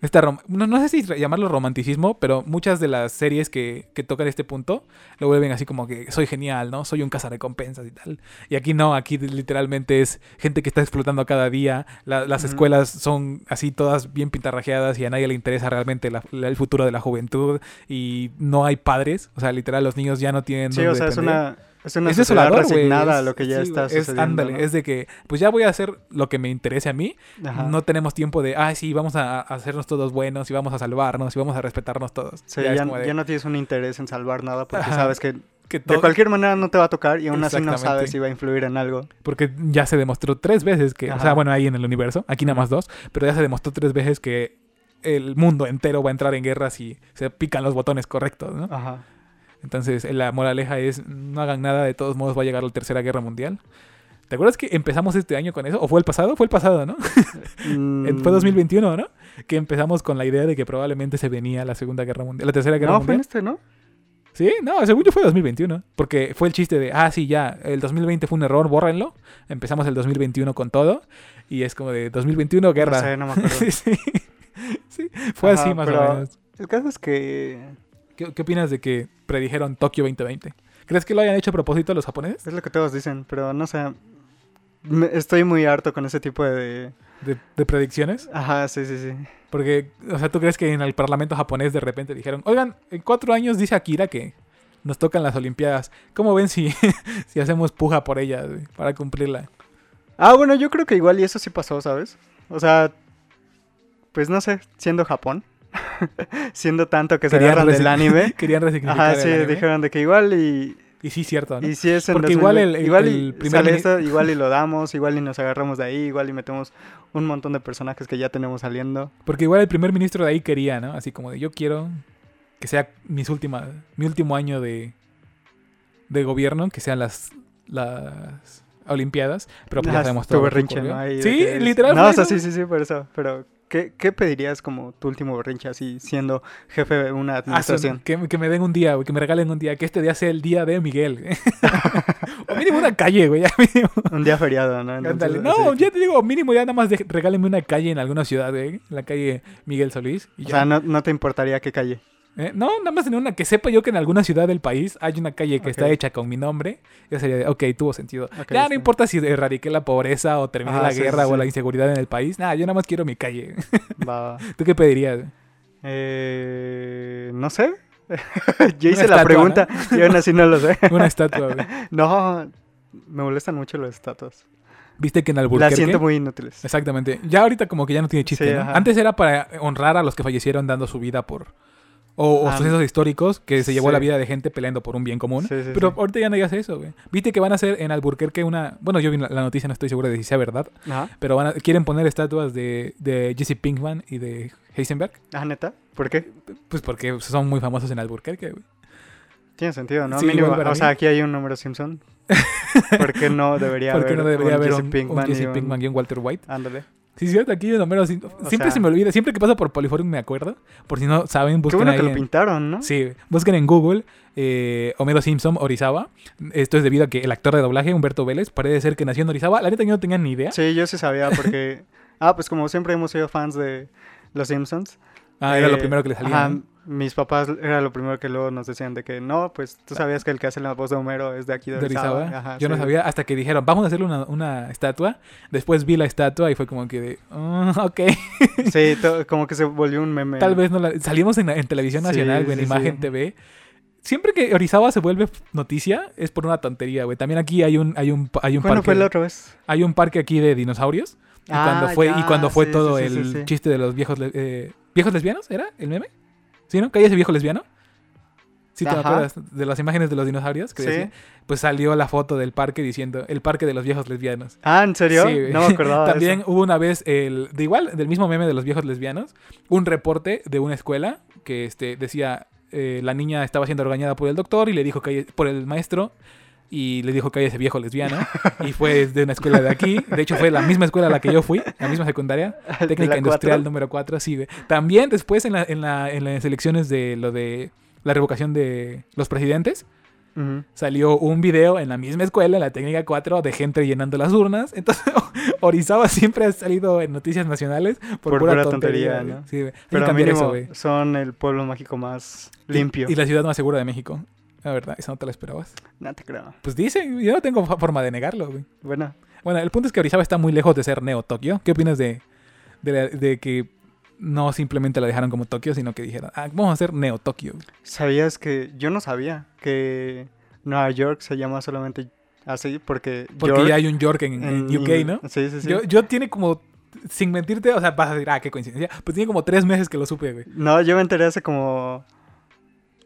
esta rom- no, no sé si re- llamarlo romanticismo pero muchas de las series que, que tocan este punto lo vuelven así como que soy genial no soy un cazarrecompensas y tal y aquí no aquí literalmente es gente que está explotando cada día la- las Ujú. escuelas son así todas bien pintarrajeadas y a nadie le interesa realmente la- la- el futuro de la juventud y no hay padres o sea literal los niños ya no tienen Sí, o dónde sea, es depender una, es una es sociedad desolador, güey. resignada a Es- lo que ya sí, está güey. Es, sucediendo. ándale, ¿no? es de que, pues ya voy a hacer lo que me interese a mí. Ajá. No tenemos tiempo de, ah, sí, vamos a, a hacernos todos buenos y vamos a salvarnos y vamos a respetarnos todos. Sí, Ya ya, es como de, ya no tienes un interés en salvar nada porque Ajá. sabes que que de todo- cualquier manera no te va a tocar y aún así no Exactamente. sabes si va a influir en algo. Porque ya se demostró tres veces que, o sea, Ajá. bueno, ahí en el universo, aquí nada más dos, pero ya se demostró tres veces que el mundo entero va a entrar en guerra si se pican los botones correctos, ¿no? Ajá. Entonces, eh, la moraleja es, no hagan nada, de todos modos va a llegar la Tercera Guerra Mundial. ¿Te acuerdas que empezamos este año con eso? ¿O fue el pasado? Fue el pasado, ¿no? En- Eh, Mm. Fue 2021, ¿no? Que empezamos con la idea de que probablemente se venía la Segunda Guerra Mundial, la Tercera Guerra No, fue en Mundial. este, ¿no? Sí, no, según yo fue 2021. Porque fue el chiste de, ah, sí, ya, el 2020 fue un error, bórrenlo. Empezamos el 2021 con todo. Y es como de 2021, guerra. No sé, no me acuerdo. sí, sí. Sí, fue Ajá, así más pero- o menos. El caso es que ¿Qué, qué opinas de que predijeron Tokio 2020? ¿Crees que lo hayan hecho a propósito los japoneses? es lo que todos dicen, pero no sé. me- estoy muy harto con ese tipo de... De, de predicciones. Ajá, sí, sí, sí. Porque, o sea, ¿tú crees que en el parlamento japonés de repente dijeron, oigan, en cuatro años dice Akira que nos tocan las Olimpiadas. ¿Cómo ven si, si hacemos puja por ellas güey, para cumplirla? Ah, bueno, yo creo que igual y eso sí pasó, ¿sabes? O sea, pues no sé, siendo Japón, siendo tanto que se Querían agarran del resi- anime. Querían resignificar Ajá, el sí, anime. dijeron de que igual y, Y sí, cierto, ¿no? y si es en Porque 2000, igual el- el- igual el y primer sale mini- esto, igual y lo damos, igual y nos agarramos de ahí, igual y metemos un montón de personajes que ya tenemos saliendo. Porque igual el primer ministro de ahí quería, ¿no? Así como de, yo quiero que sea mis últimas, mi último año de, de gobierno, que sean las... las Olimpiadas, pero pues ya Ah, sabemos tu todo. lo que berrinche, ocurrió. ¿no? Ahí de sí, que- literal. No, fue o sea, eso. sí, sí, sí, por eso. Pero, ¿qué, qué pedirías como tu último berrinche así, siendo jefe de una Ah, sí, administración? que, que me den un día, güey, que me regalen un día, que este día sea el día de Miguel. o mínimo una calle, güey, ya mínimo. Un día feriado, ¿no? Entonces, Ándale. así de No, que- ya te digo, mínimo ya nada más de- regálenme una calle en alguna ciudad, güey, la calle Miguel Solís. y O ya. sea, no, no te importaría que calle. Eh, no, nada más en una, que sepa yo que en alguna ciudad del país hay una calle que está Ok. hecha con mi nombre, ya sería, de, ok, tuvo sentido. Ok, ya no sí. importa si erradiqué la pobreza o terminé Ah, la sí, guerra sí, o sí. la inseguridad en el país, nada, yo nada más quiero mi calle. Va. ¿Tú qué pedirías? güey? Eh, no sé. Yo hice Una estatua, la ¿no? pregunta y aún así no lo sé. Una estatua, güey. No, me molestan mucho las estatuas. ¿Viste que en Alburquerque? Las siento muy inútiles. Exactamente. Ya ahorita como que ya no tiene chiste. Sí, ¿no? ajá. Antes era para honrar a los que fallecieron dando su vida por, O, o Ah, sucesos históricos que se llevó sí. la vida de gente peleando por un bien común. Sí, sí, pero sí. ahorita ya no digas eso, güey. Viste que van a hacer en Alburquerque una. Bueno, yo vi la la noticia, no estoy seguro de si sea verdad. Ajá. Pero van a- quieren poner estatuas de, de Jesse Pinkman y de Heisenberg. Ah, neta. ¿Por qué? Pues porque son muy famosos en Alburquerque, güey. Tiene sentido, ¿no? Sí, Mínimo, igual para o sea, mí. aquí hay un número Simpson. ¿Por qué no debería ¿Por haber qué no debería haber un, un y Jesse un- Pinkman y un Walter White? Ándale. Sí, es cierto, aquí en Homero Sim- siempre sea- se me olvida, siempre que paso por Poliforum me acuerdo. Por si no saben, Qué busquen bueno ahí que lo en- pintaron, ¿no? Sí, busquen en Google eh, Homero Simpson Orizaba. Esto es debido a que el actor de doblaje, Humberto Vélez, parece ser que nació en Orizaba. La neta yo no tenía ni idea. Sí, yo sí sabía porque... ah, pues como siempre hemos sido fans de Los Simpsons. Ah, era lo eh, primero que le salía. ajá, ¿no? Mis papás era lo primero que luego nos decían de que no, pues tú sabías que el que hace la voz de Homero es de aquí de De Orizaba. Orizaba. Ajá, yo no sí. sabía hasta que dijeron, vamos a hacerle una, una estatua. Después vi la estatua y fue como que, de, "Ah, ok, Sí, to- como que se volvió un meme. tal ¿no? vez no la... Salimos en, la- en Televisión Sí, Nacional, güey, en sí, sí. Imagen TV. Siempre que Orizaba se vuelve noticia es por una tontería, güey. También aquí hay un, hay un, hay un ¿Cuándo parque. fue la otra vez? Hay un parque aquí de dinosaurios. Y Ah, cuando fue, y ya, cuando fue sí, todo sí, el sí, sí, sí. chiste de los viejos le- eh, viejos lesbianos, ¿era el meme? ¿Sí, no? ¿Cállese viejo lesbiano? ¿Sí te Ajá. acuerdas de las imágenes de los dinosaurios? Que Sí. decía? Pues salió la foto del parque diciendo el parque de los viejos lesbianos. Ah, ¿en serio? Sí, güey. no me acordaba. de También Ah, eso. hubo una vez, el, de igual, del mismo meme de los viejos lesbianos, un reporte de una escuela que este, decía eh, la niña estaba siendo regañada por el doctor y le dijo que por el maestro y le dijo que hay ese viejo lesbiano y fue de una escuela de aquí, de hecho fue la misma escuela a la que yo fui, la misma secundaria, ¿De técnica la industrial cuatro? número 4, sí. güey. También después en, la- en la- en las elecciones de lo de la revocación de los presidentes, Ujú. salió un video en la misma escuela, en la técnica 4, de gente llenando las urnas. Entonces, Orizaba siempre ha salido en noticias nacionales por, Por pura pura tontería. tontería, güey. ¿no? Sí, güey. Hay que Pero cambiar eso, mínimo güey. son el pueblo mágico más Y- limpio. Y, la ciudad más segura de México. La verdad, eso no te lo esperabas. No te creo. Pues dice, yo no tengo fa- forma de negarlo, güey. Bueno, Bueno, el punto es que Orizaba está muy lejos de ser Neo Tokio. ¿Qué opinas de, de, la- de que no simplemente la dejaron como Tokio, sino que dijeron, ah, vamos a hacer Neo Tokio? ¿sabías que yo no sabía que Nueva York se llama solamente así porque Porque York ya hay un York en, en en UK, Ingl- ¿no? Sí, sí, sí. Yo, yo tiene como, sin mentirte, o sea, vas a decir, ah, qué coincidencia. Pues tiene como tres meses que lo supe, güey. No, yo me enteré hace como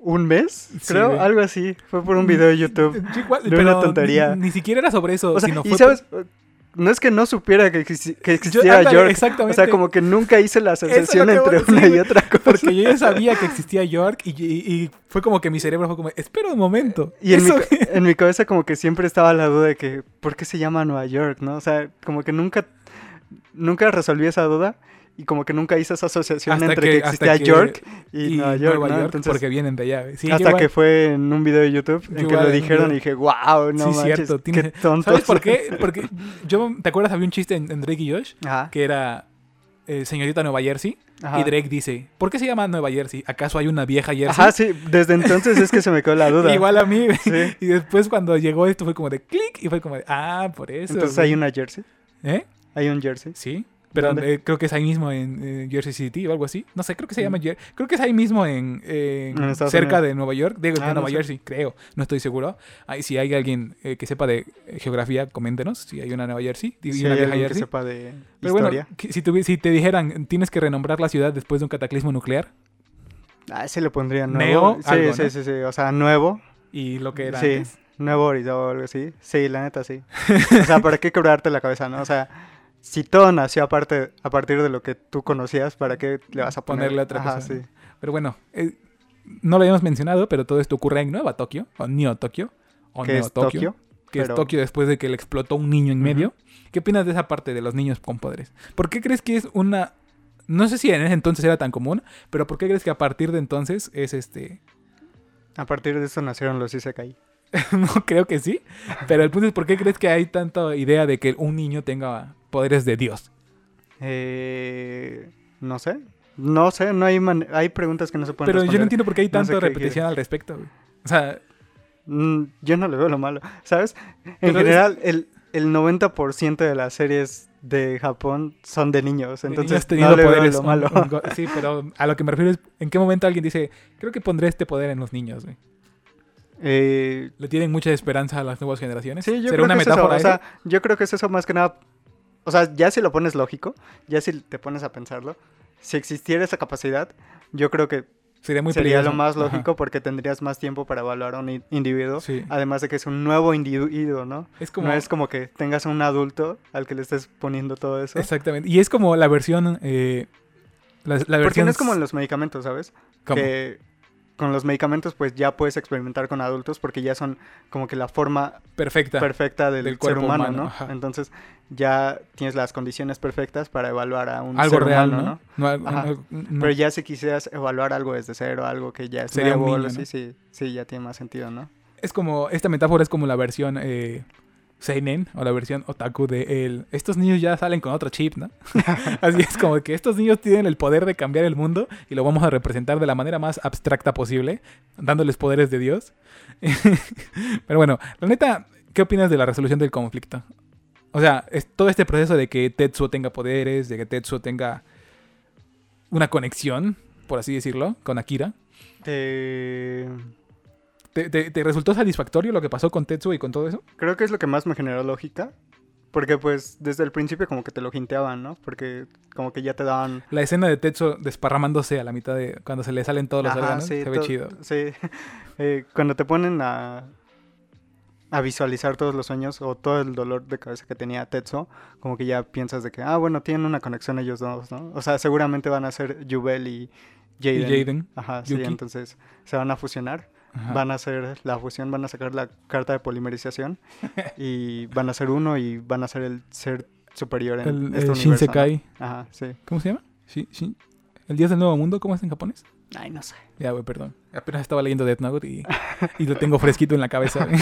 un mes, Sí, creo, güey. Mm. algo así. Fue por un video de YouTube. Yo igual, De una tontería. Ni, ni siquiera era sobre eso, O sea, sino y fue- sabes, no es que no supiera que, exi- que Yo- existiera ándale, York. O Exactamente. sea, como que nunca hice la es lo asociación que entre voy- sí, una y güey. otra cosa. Porque yo ya sabía que existía York y, y- y fue como que mi cerebro fue como, espera un momento. Y en mi, Eso- ca- en mi cabeza como que siempre estaba la duda de que, ¿por qué se llama Nueva York? ¿No? O sea, como que nunca, nunca resolví esa duda y como que nunca hice esa asociación Hasta entre que- que, hasta existía que- York y, Nueva York, Nueva ¿no? York, Entonces, porque vienen de allá. güey. Sí, yo hasta igual- que fue en un video de YouTube en Yo que igual, lo dijeron yo- y dije, wow, no sí, manches, cierto. tiene- qué tonto. ¿Sabes por qué? Porque yo, ¿te acuerdas? Había un chiste en, en Drake y Josh Ajá, que era eh, señorita Nueva Jersey. ajá. Y Drake dice, ¿por qué se llama Nueva Jersey? ¿Acaso hay una vieja Jersey? Ajá, sí, desde entonces es que se me quedó la duda. Igual a mí. güey. Sí. Y después cuando llegó esto fue como de clic y fue como de, ah, por eso. Entonces güey". hay una jersey, ¿Eh? hay un jersey. Sí. Pero ¿Dónde? eh, creo que es ahí mismo en eh, Jersey City o algo así. No sé, creo que se llama Mm. Jer- Creo que es ahí mismo en, en- En Estados cerca Unidos. de Nueva York. Digo, Ah, de no Nueva sé. Jersey, creo. No estoy seguro. Ahí, si hay alguien eh, que sepa de eh, geografía, coméntenos si hay una Nueva Jersey y Si hay una vieja alguien que Jersey. sepa de Pero bueno, historia. que- si, tuvi- si te dijeran, tienes que renombrar la ciudad después de un cataclismo nuclear Ah, se le pondría nuevo. Neo, sí, algo, sí, ¿no? sí, sí, o sea, nuevo. y lo que era Sí, antes. Nuevo Horizonte o algo así. Sí, la neta, sí. O sea, ¿para qué quebrarte la cabeza, no? O sea, si todo nació aparte, a partir de lo que tú conocías, ¿para qué le vas a poner? Ponerle otra Ajá, cosa, ¿no? sí. Pero bueno, eh, no lo habíamos mencionado, pero todo esto ocurre en Nueva Tokio, o Neo Tokio, o ¿Qué Neo es Tokio, Tokio? que pero- es Tokio después de que le explotó un niño en Ujú. medio. ¿Qué opinas de esa parte de los niños con poderes? ¿Por qué crees que es una... No sé si en ese entonces era tan común, pero ¿por qué crees que a partir de entonces es este... A partir de eso nacieron los Isekai. no creo que sí, pero el punto es ¿por qué crees que hay tanta idea de que un niño tenga poderes de Dios? Eh, no sé. No sé, no hay man- hay preguntas que no se pueden pero yo no responder. entiendo por qué hay No sé tanta qué repetición al respecto. güey. O sea, Mm, yo no le veo lo malo, ¿sabes? En Pero es- general, el, el 90% de las series de Japón son de niños, Entonces, entonces has no tenido le veo poderes. lo Oh, un- malo. un go- sí, pero a lo que me refiero es: ¿en qué momento alguien dice, creo que pondré este poder en los niños? güey"? oh. Eh, ¿Le tienen mucha esperanza a las nuevas generaciones? Sí, yo ¿Será creo una que metáfora ¿eh? es eso. O sea, yo creo que es eso más que nada. O sea, ya si lo pones lógico, ya si te pones a pensarlo, si existiera esa capacidad, yo creo que Sería muy Sería peligroso. lo más Ajá. lógico porque tendrías más tiempo para evaluar a un in- individuo. Sí. Además de que es un nuevo individuo, ¿no? Es como... No es como que tengas a un adulto al que le estés poniendo todo eso. Exactamente. Y es como la versión... eh, la, la Porque versión... no es como en los medicamentos, ¿sabes? ¿cómo? Que con los medicamentos pues ya puedes experimentar con adultos porque ya son como que la forma Perfecta. perfecta del, del ser cuerpo humano, humano, ¿no? ajá. Entonces ya tienes las condiciones perfectas para evaluar a un algo ser real, humano, ¿no? No, algo- Ajá. no- no- Pero ya si quisieras evaluar algo desde cero, algo que ya es Sería un nuevo, niño, algo así, sí, ¿no? sí, ya tiene más sentido, ¿no? Es como... Esta metáfora es como la versión... eh, Seinen o la versión otaku de él. Estos niños ya salen con otro chip, ¿no? Así es como que estos niños tienen el poder de cambiar el mundo y lo vamos a representar de la manera más abstracta posible, dándoles poderes de Dios. Pero bueno, la neta, ¿qué opinas de la resolución del conflicto? O sea, es todo este proceso de que Tetsuo tenga poderes, de que Tetsuo tenga una conexión, por así decirlo, con Akira. Te- ¿Te, te- te resultó satisfactorio lo que pasó con Tetsuo y con todo eso? Creo que es lo que más me generó lógica. Porque pues desde el principio como que te lo jinteaban, ¿no? Porque como que ya te daban... La escena de Tetsuo desparramándose a la mitad de cuando se le salen todos los Ajá, órganos, sí, se ve to- chido. Sí. Eh, cuando te ponen a, a visualizar todos los sueños o todo el dolor de cabeza que tenía Tetsuo, como que ya piensas de que, ah, bueno, tienen una conexión ellos dos, ¿no? O sea, seguramente van a ser Jubel y Y Jaden. Jaden. Ajá, sí, Yuki. entonces se van a fusionar, Ajá. van a hacer la fusión, van a sacar la carta de polimerización y van a ser uno y van a ser el ser superior en El, este el universo. Shinsekai. ¿no? Ajá, sí. ¿Cómo se llama? Shi- Shin- ¿El Dios del Nuevo Mundo? ¿Cómo es en japonés? Ay, no sé. Ya, güey, perdón. Apenas estaba leyendo Death Note y, y lo tengo fresquito en la cabeza. güey.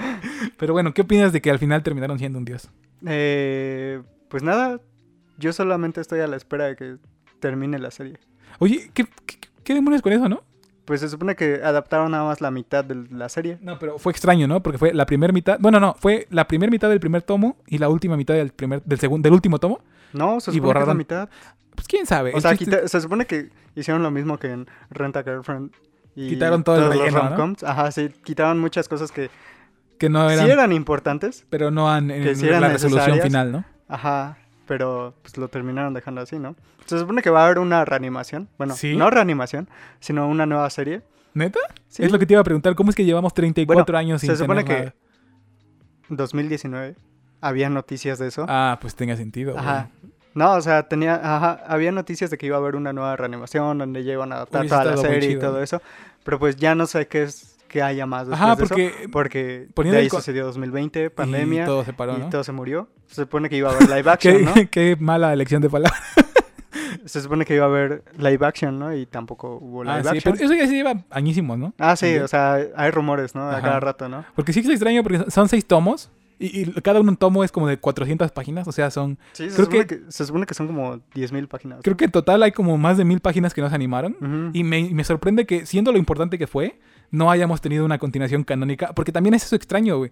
Pero bueno, ¿qué opinas de que al final terminaron siendo un dios? Eh, pues nada, yo solamente estoy a la espera de que termine la serie. Oye, ¿qué, qué, qué demonios con eso, no? Pues se supone que adaptaron nada más la mitad de la serie. No, pero fue extraño, ¿no? Porque fue la primera mitad. Bueno, no, fue la primera mitad del primer tomo y la última mitad del primer, del segundo, del último tomo. No, se supone Y que es la borraron. mitad. Pues quién sabe. O El sea, chiste- quita- se supone que hicieron lo mismo que en Renta Girlfriend. Y Quitaron todo el todos los relleno, ¿no? romcoms. Ajá, sí, quitaron muchas cosas que que no eran, sí eran importantes. pero no han en que sí eran la resolución necesarias. final, ¿no? Ajá, pero pues lo terminaron dejando así, ¿no? Se supone que va a haber una reanimación. Bueno, ¿Sí? no reanimación, sino una nueva serie. ¿Neta? Sí, Es lo que te iba a preguntar. ¿Cómo es que llevamos 34 Bueno, años sin se supone tener que- nada? 2019 había noticias de eso. Ah, pues tenga sentido. güey. Ajá. No, o sea, tenía, ajá, había noticias de que iba a haber una nueva reanimación donde ya iban a adaptar Hubiese toda la estado muy serie y chido. ¿eh? todo eso, pero pues ya no sé qué es que haya más después Ajá, de eso, porque porque poniendo de el ahí co- sucedió 2020, y pandemia y todo, todo se paró, ¿no? se murió. Se supone que iba a haber live Qué, action, ¿no? qué mala elección de palabras. Se supone que iba a haber live action, ¿no? Y tampoco hubo live Ah, sí, action. pero eso ya se lleva añísimos, ¿no? Ah, sí, Ya. o sea, hay rumores, ¿no? A Ajá. cada rato, ¿no? Porque sí que es extraño porque son seis tomos y, y cada uno un tomo es como de 400 páginas, o sea, son... Sí, se, Creo supone que... se supone que son como 10.000 páginas. Creo que en total hay como más de mil páginas que nos animaron. Ujú. Y me, me sorprende que, siendo lo importante que fue, no hayamos tenido una continuación canónica. Porque también es eso extraño, güey.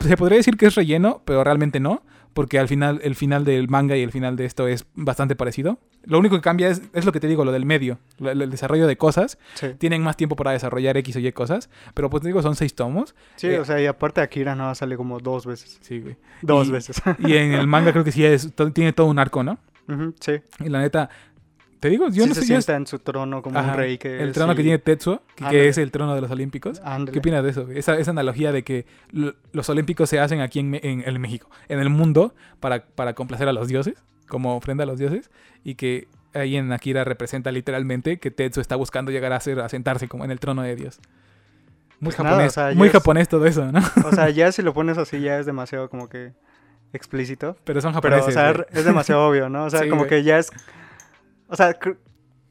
Se podría decir que es relleno, pero realmente no. Porque al final, el final del manga y el final de esto es bastante parecido. Lo único que cambia es, es lo que te digo, lo del medio. lo- el desarrollo de cosas. Sí, Tienen más tiempo para desarrollar X o Y cosas. Pero pues te digo, son seis tomos. Sí, Eh, o sea, y aparte Akira no sale como dos veces. Sí, güey. Dos Y- veces. Y en el manga creo que sí es, to- tiene todo un arco, ¿no? Ujú, sí. Y la neta, te digo, yo Sí no se sé... yo es- sienta en su trono como Ajá, un rey que el es trono que y- tiene Tetsuo, que- que, Ándale. es el trono de los Olímpicos. Ándale. ¿Qué opinas de eso? Esa, esa analogía de que lo- los Olímpicos se hacen aquí en, Me- en el México, en el mundo, para, para complacer a los dioses, como ofrenda a los dioses, y que ahí en Akira representa literalmente que Tetsuo está buscando llegar a, ser, a sentarse como en el trono de Dios. Muy Pues nada, japonés, o sea, muy ya es- japonés todo eso, ¿no? O sea, ya si lo pones así ya es demasiado como que explícito. Pero son Pero, japoneses. o sea, güey. es demasiado obvio, ¿no? O sea, Sí, como güey. que ya es... O sea, cr-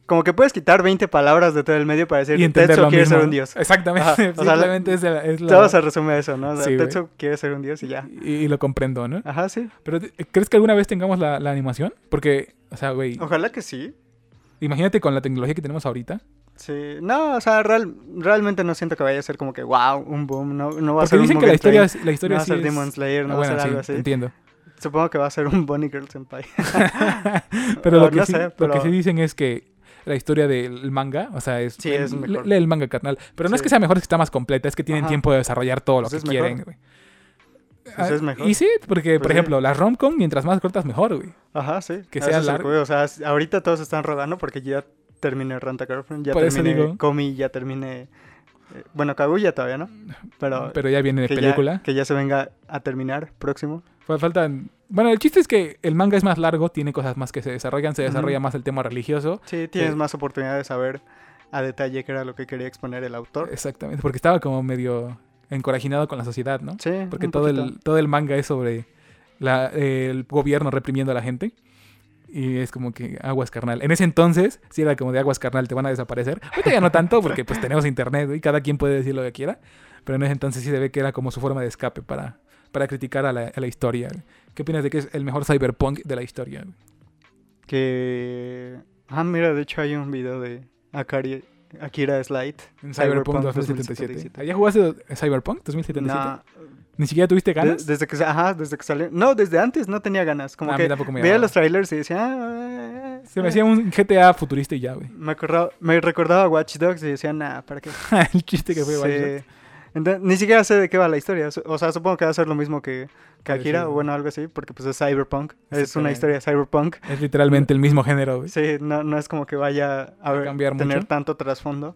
como que puedes quitar 20 palabras de todo el medio para decir, y entender Tetsuo lo quiere mismo. ser un ¿no? dios. Exactamente. Ajá, o sea, la- Simplemente es la- es la- Todo se resume a eso, ¿no? O sea, Sí, güey. Tetsuo quiere ser un dios y ya. y, y lo comprendo, ¿no? Ajá, sí. Pero ¿te- ¿crees que alguna vez tengamos la, la animación? Porque, o sea, güey, Ojalá que sí. imagínate con la tecnología que tenemos ahorita. Sí. No, o sea, real- realmente no siento que vaya a ser como que, wow, un boom. No, no va a Porque ser un dicen que la Mugen historia, Train, es- la no historia va a sí ser es- Demon Slayer, no va Ah, a bueno, ser sí, algo así. entiendo. Supongo que va a ser un Bonnie Girl Senpai. Pero, O lo, que no sí, sé, lo pero- que sí dicen es que la historia del manga, o sea, es... Sí, es le- mejor. Lee el manga, carnal. Pero no es Sí. que sea mejor, es que está más completa. Es que tienen Ajá. tiempo de desarrollar todo lo Pues es que mejor. quieren, güey. Ah, Pues es mejor. Y sí, porque, por Pues sí. ejemplo, las romcom, mientras más cortas, mejor, güey. Ajá, sí. Que Ese sea es el largo. cuello, O sea, s- ahorita todos están rogando porque ya terminé Ranta Girlfriend, ya Por eso terminé digo. Comi, ya terminé. eh, Bueno, Kaguya todavía, ¿no? Pero, Pero ya viene que, película. Ya, que ya se venga a terminar, próximo. Fal- Faltan. Bueno, el chiste es que el manga es más largo, tiene cosas más que se desarrollan, se Ujú. desarrolla más el tema religioso. Sí, tienes Eh. más oportunidad de saber a detalle qué era lo que quería exponer el autor. Exactamente, porque estaba como medio encorajinado con la sociedad, ¿no? Sí, Porque un todo poquito. el, todo el manga es sobre la- el gobierno reprimiendo a la gente. Y es como que aguas carnal. En ese entonces, sí era como de aguas carnal, te van a desaparecer. Ahorita ya no tanto, porque pues tenemos internet y cada quien puede decir lo que quiera. Pero en ese entonces sí se ve que era como su forma de escape para, para criticar a la, a la historia. ¿Qué opinas de que es el mejor cyberpunk de la historia? Que. Ah, mira, de hecho hay un video de Akari, Akira Slide. En Cyberpunk Cyberpunk 2077. 2077. ¿Ya jugaste Cyberpunk 2077? No, ¿Ni siquiera tuviste de- ganas? desde que, sa- ajá, desde que salió. No, desde antes no tenía ganas. Como Ah, a mí que tampoco me veía llamaba. los trailers y decía. "Ah, eh, Se me eh". hacía un GTA futurista y ya, güey. Me, acordaba- me recordaba a Watch Dogs y decía, nah, ¿para qué? el chiste que fue Sí. Bioshock. Ente- ni siquiera sé de qué va la historia. Su- O sea, supongo que va a ser lo mismo que, que Akira Parecido. o bueno, algo así, porque pues es cyberpunk. Es una Exactamente. historia cyberpunk. Es literalmente el mismo género, güey. Sí, no, no es como que vaya a, ver- cambiar tener mucho. tanto trasfondo.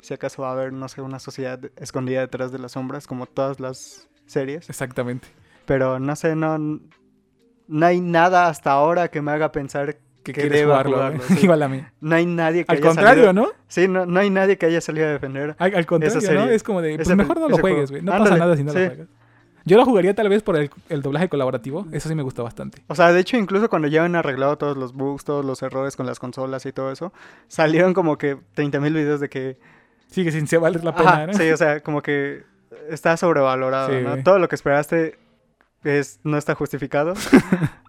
Si acaso va a haber, no sé, una sociedad escondida detrás de las sombras, como todas las series. Exactamente. Pero no sé, no, no hay nada hasta ahora que me haga pensar Que, que, quieres deba jugarlo, jugarlo. güey. sí. Igual a mí. No hay nadie que Al haya contrario, salido- ¿no? Sí, no, no hay nadie que haya salido a defender Al, al contrario, serie. ¿no? Es como de, pues Esa mejor peli- no lo ese juego. juegues, güey. No pasa Ándale, nada si no lo sí. juegas. Yo lo jugaría tal vez por el, el doblaje colaborativo. Eso sí me gustó bastante. O sea, de hecho, incluso cuando ya han arreglado todos los bugs, todos los errores con las consolas y todo eso, salieron como que 30.000 videos de que... Sí, que sin se valer la pena, Ajá, ¿no? Sí, o sea, como que está sobrevalorado, Sí, ¿no? güey. Todo lo que esperaste es, no está justificado,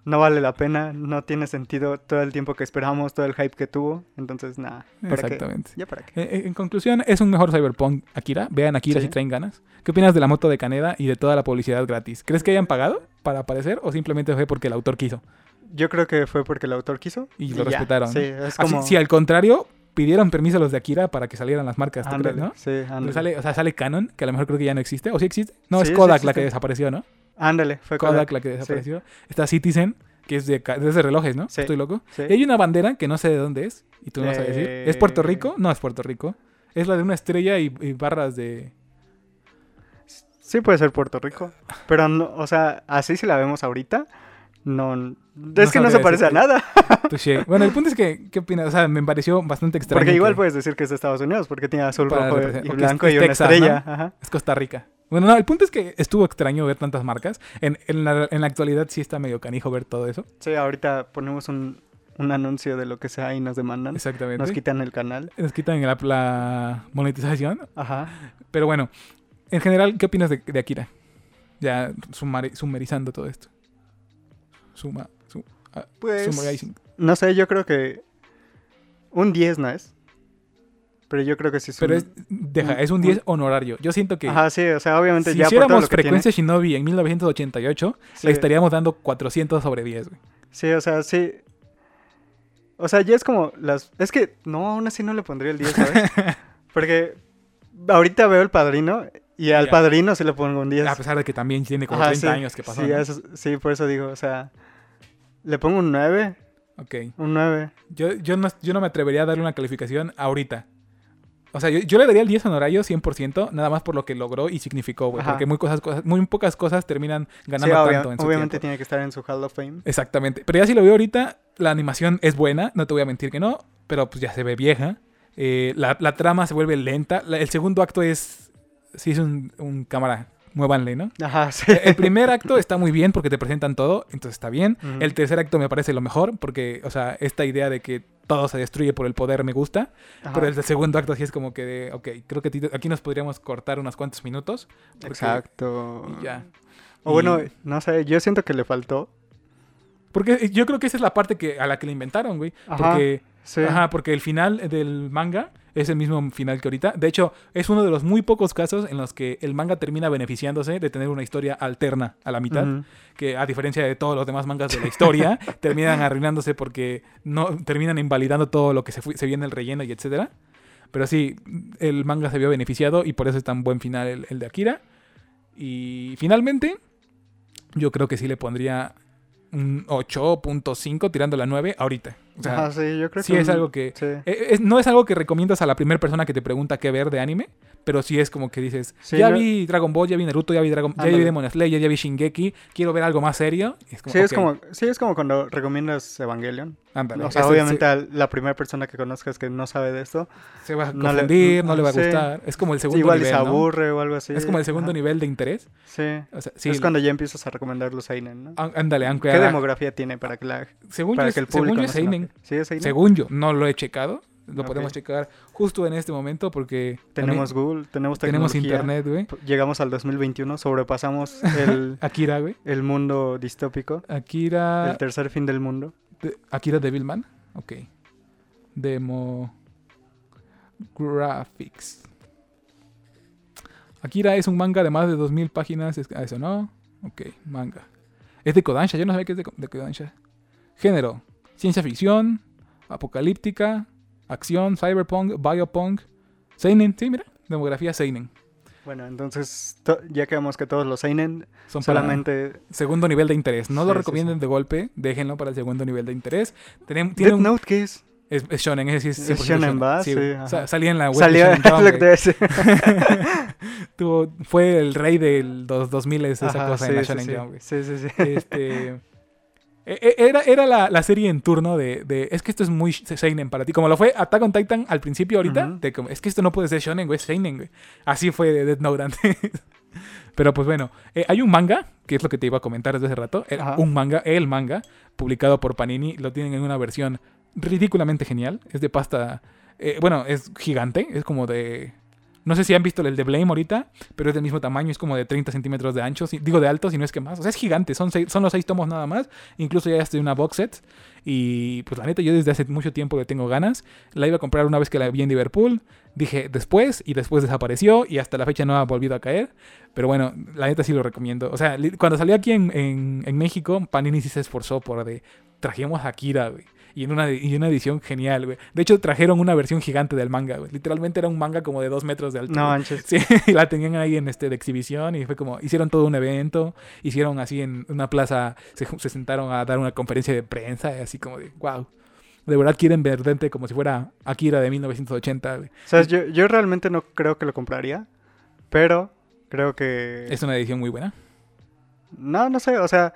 no vale la pena, no tiene sentido todo el tiempo que esperamos, todo el hype que tuvo, entonces nada. ¿para qué? Exactamente. ¿Ya para qué? En- En, en conclusión, es un mejor Cyberpunk Akira. Vean Akira Sí. si traen ganas. ¿Qué opinas de la moto de Caneda y de toda la publicidad gratis? ¿Crees que hayan pagado para aparecer o simplemente fue porque el autor quiso? Yo creo que fue porque el autor quiso. Y lo ya. respetaron, Sí, es Así, como... si al contrario pidieron permiso a los de Akira para que salieran las marcas, ¿tú crees, ándale, no? sí, ándale. Pero sale, o sea, sale Canon, que a lo mejor creo que ya no existe. ¿O sí existe? No, Sí, es sí Kodak la que existe. desapareció, ¿no? Ándale, fue Kodak, Kodak. la que desapareció. Está Citizen, que es de, ca- es de relojes, ¿no? Sí. Estoy loco. Sí. Y hay una bandera que no sé de dónde es, y tú no sabes decir. ¿Es Puerto Eh. Rico? No es Puerto Rico. Es la de una estrella y, y barras de... Sí puede ser Puerto Rico, pero no, o sea, así si la vemos ahorita, no, es que no sabría se parece a decirte. nada, Touché. Bueno, el punto es que, ¿qué opinas? O sea, me pareció bastante extraño. porque igual que puedes decir que es de Estados Unidos, porque tiene azul, Para rojo representar- y o que blanco es- y es una Texas, estrella, ajá. Es Costa Rica. Bueno, no, el punto es que estuvo extraño ver tantas marcas. En, en la, en la actualidad sí está medio canijo ver todo eso. Sí, ahorita ponemos un, un anuncio de lo que sea y nos demandan, Exactamente. nos quitan el canal, Nos quitan la, la monetización. ajá. Pero bueno, en general, ¿qué opinas de, de Akira? Ya sumari- sumerizando todo esto. Suma, su- Pues, summarizing. no sé, yo creo que un 10 no es, pero yo creo que sí es Pero un- es, deja, un- es un un- 10 honorario. Yo siento que Ajá, sí, o sea, obviamente si ya por todo lo hiciéramos que tiene, Frecuencia Shinobi en 1988, sí. le estaríamos dando 400 sobre 10, güey. Sí, o sea, sí. O sea, ya es como las... Es que, no, aún así no le pondría el 10, ¿sabes? Porque ahorita veo El Padrino y al Ya. Padrino sí le pongo un 10. A pesar de que también tiene como Ajá, 30 sí, años que pasó. Sí, ¿no? eso- sí, por eso digo, o sea, le pongo un 9, Ok. un 9. Yo, yo, no, yo no me atrevería a darle una calificación ahorita. O sea, yo, yo le daría el 10 honorario 100%, nada más por lo que logró y significó, güey. Ajá. Porque muy, cosas, cosas- muy pocas cosas terminan Sí, ganando obvia- tanto en su obviamente tiempo. tiene que estar en su Hall of Fame. Exactamente. Pero ya si lo veo ahorita, la animación es buena, no te voy a mentir que no, pero pues ya se ve vieja. Eh, la, la trama se vuelve lenta. La- el segundo acto es. Sí, es un, un cámara. Muévanle, ¿no? Ajá, sí. El primer acto está muy bien porque te presentan todo, entonces está bien. Ujú. El tercer acto me parece lo mejor porque, o sea, esta idea de que todo se destruye por el poder me gusta. Ajá, Pero el del segundo acto sí es como que, de, ok, creo que ti- aquí nos podríamos cortar unos cuantos minutos. porque- Exacto. y ya. O bueno, Y- no sé, yo siento que le faltó. Porque yo creo que esa es la parte que, a la que le inventaron, güey. Ajá, Porque, sí. ajá, porque el final del manga es el mismo final que ahorita. De hecho, es uno de los muy pocos casos en los que el manga termina beneficiándose de tener una historia alterna a la mitad. Ujú. que a diferencia de todos los demás mangas de la historia, terminan arruinándose porque no terminan invalidando todo lo que se, fue- se viene el relleno y etcétera. Pero sí, el manga se vio beneficiado y por eso es tan buen final el, el de Akira. Y finalmente, yo creo que sí le pondría un 8.5 tirando la 9 ahorita. O sea, Ajá, sí, yo creo sí que es un- algo que- sí. eh, es- no es algo que recomiendas a la primera persona que te pregunta qué ver de anime, pero sí es como que dices, Sí, ya yo- vi Dragon Ball, ya vi Naruto, ya vi, Dragon, ya vi Ándale. Demon Slayer, ya vi Shingeki, quiero ver algo más serio. Y es como, Sí, es "Ok, como, sí, es como cuando recomiendas Evangelion. ándale". o sea, Ese- obviamente a la primera persona que conozcas que no sabe de esto, se, se va a no le- confundir, no le, va a sí. gustar. Es como el segundo igual y nivel, se ¿no? aburre o algo así. Es como el segundo Ajá. nivel de interés. Sí. O sea, sí, es cuando ya empiezas a recomendar los Seinen, ¿no? á- ándale, aunque ¿Qué a- demografía tiene para que, la- ah, según, yo, para es- que el según público yo no es se enoje? seinen. ¿Sí es seinen? Según yo, no lo he checado. Lo Ok. podemos checar justo en este momento porque también Tenemos Google, tenemos tenemos tecnología. internet, güey. P- Llegamos al 2021, sobrepasamos el, Akira, güey. el mundo distópico, Akira. el tercer fin del mundo. de- Akira Devilman. Ok. Demo. Graphics. Akira es un manga de más de 2000 páginas. es- ah, eso no. Ok, manga. Es de Kodansha. Yo no sabía que es de, Ko- de Kodansha. Género: ciencia ficción, apocalíptica, acción, cyberpunk, biopunk, seinen. Sí, mira. Demografía seinen. Bueno, entonces to- ya quedamos que todos los Seinen Son para- solamente... Segundo nivel de interés. No Sí, lo sí, recomienden sí. de golpe. Déjenlo para el segundo nivel de interés. Tenem- tiene Death un- Note, ¿qué es? es, es shonen, ese sí es Es 100% shonen, ¿va? Sí, Sí, güey. ajá. Sa- salía en la web. de Salía Shonen Jump, es lo que te güey. iba a decir. Tuvo- fue el rey del los 2000 esa Ajá, cosa en la sí, sí, Shonen sí. Jump, güey. Sí, sí, sí. Este, e- e- era era la, la serie en turno de, de- Es que esto es muy sh- Seinen para ti. Como lo fue Attack on Titan al principio ahorita. Ujú. te com- es que esto no puede ser Shonen, güey. Es Seinen, güey. Así fue de Death Note antes. Pero pues bueno, eh, hay un manga, que es lo que te iba a comentar desde hace rato. el- Ajá. un manga, el manga, publicado por Panini. Lo tienen en una versión ridículamente genial. Es de pasta. eh, bueno, es gigante. Es como de. No sé si han visto el de Blame ahorita, pero es del mismo tamaño, es como de 30 centímetros de ancho, si- digo de alto, si no es que más. O sea, es gigante, son, seis- son los seis tomos nada más. Incluso ya es de una box set. Y pues la neta, yo desde hace mucho tiempo le tengo ganas. La iba a comprar una vez que la vi en Liverpool. Dije después, y después desapareció, y hasta la fecha no ha volvido a caer. Pero bueno, la neta sí lo recomiendo. O sea, li- cuando salió aquí en, en- en México, Panini sí se esforzó por de. Trajimos a Akira, güey. Y en, una, y una edición genial, güey. De hecho, trajeron una versión gigante del manga, güey. Literalmente era un manga como de dos metros de alto. No güey. manches. Sí, y la tenían ahí en este de exhibición y fue como, hicieron todo un evento, hicieron así en una plaza, se, ju- se sentaron a dar una conferencia de prensa, y así como de, wow, de verdad quieren verdente como si fuera Akira de 1980, güey. O sea, yo, yo realmente no creo que lo compraría, pero creo que... es una edición muy buena, No, no sé, o sea,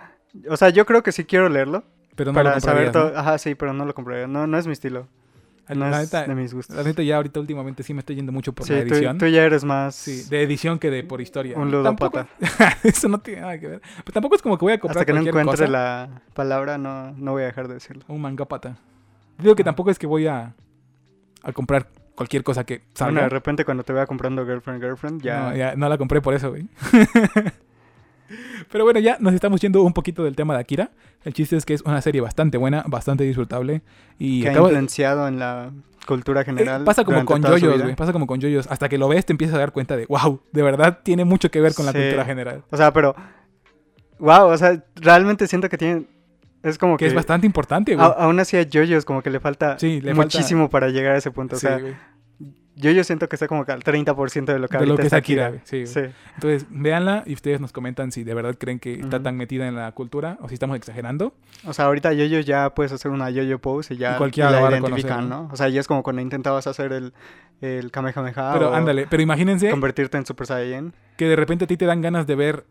o sea, yo creo que sí quiero leerlo pero no para lo saber comprarías, todo. ¿no? Ah, Ajá, sí, pero no lo compraría. No, no es mi estilo. No la, es neta, de mis gustos. la neta ya ahorita últimamente sí me estoy yendo mucho por sí, la tú, edición. tú ya eres más Sí, de edición que de por historia. un Tampoco- ludópata. Eso no tiene nada que ver. Pero tampoco es como que voy a comprar Hasta que no cualquier encuentre cosa. la palabra, no, no voy a dejar de decirlo. un mangapata. Digo que Ah. tampoco es que voy a, a comprar cualquier cosa que Bueno, salga. de repente cuando te vea comprando Girlfriend, Girlfriend, ya... No, no la compré por eso, güey. Pero bueno, ya nos estamos yendo un poquito del tema de Akira. El chiste es que es una serie bastante buena, bastante disfrutable. Y que ha acabo de- influenciado en la cultura eh, general. pasa como durante con toda su yoyos, vida. güey. Pasa como con yoyos. Hasta que lo ves te empiezas a dar cuenta de, wow, de verdad tiene mucho que ver con la Sí. cultura general. O sea, pero... Wow, o sea, realmente siento que tiene... Es como Que es bastante importante, güey. A- aún así a Yoyos como que le falta Sí, le falta- muchísimo para llegar a ese punto. O Sí, sea, güey. Yoyos siento que está como que al 30% de lo que de lo ahorita que es está Akira, Akira. güey. Sí, güey. Sí. Entonces, véanla y ustedes nos comentan si de verdad creen que está Ujú. tan metida en la cultura o si estamos exagerando. O sea, ahorita Yoyos ya puedes hacer una Yoyo pose y ya Y cualquiera la la va a identifican, reconocer, ¿no? O sea, ya es como cuando intentabas hacer el, el Kamehameha Pero Ah, o ándale, pero imagínense convertirte en Super Saiyan. que de repente a ti te dan ganas de ver,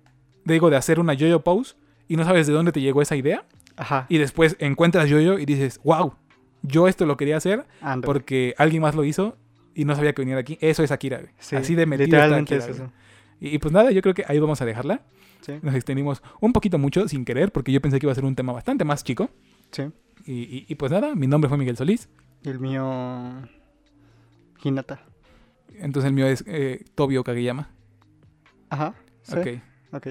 digo, de hacer una yo-yo pose y no sabes de dónde te llegó esa idea Ajá, y después encuentras yo-yo y dices, wow, yo esto lo quería hacer ándale. porque alguien más lo hizo y no sabía que venía de aquí. Eso es Akira, güey. Sí, Así de metido está Literalmente Akira, es güey. eso. Y, y pues nada, yo creo que ahí vamos a dejarla. Sí, Nos extendimos un poquito mucho sin querer porque yo pensé que iba a ser un tema bastante más chico. sí. Y, y- y pues nada, mi nombre fue Miguel Solís. Y el mío... Hinata. Entonces el mío es eh, Tobio Kageyama. Ajá, sí, Ok. ok.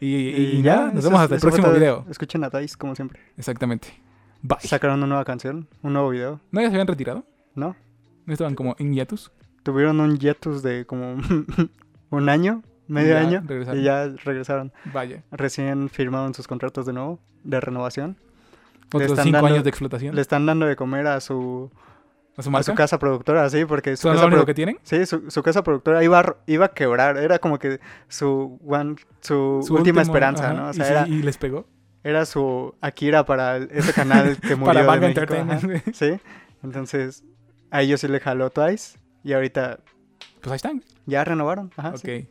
Y, y- y nada, nos eso vemos es- hasta el eso fue próximo todo. video. Escuchen a Dice como siempre. Exactamente. Bye. Sacaron una nueva canción, un nuevo video, ¿No ya se habían retirado? ¿no? ¿No estaban como en hiatus? tuvieron un hiatus de como un año, medio ya año, regresaron. y ya regresaron. Vaya. Recién firmaron sus contratos de nuevo, de renovación. Le Otros están cinco dando- años de explotación. Le están dando de comer a su, ¿A su a marca? su casa productora, sí, porque su ¿Son lo casa, único produ- que tienen? sí, su, su casa productora iba a, ro- iba a quebrar. Era como que su, one, su, Su última último- esperanza, ajá, ¿no? O y, sea, sí, era, y les pegó. Era su Akira para el- ese canal que murió Para de Manga México, ajá. Entertainment. güey. Sí. Entonces, a ellos sí le jaló Twice. Y ahorita Pues ahí están. ya renovaron. Ajá. ok. Ah, sí.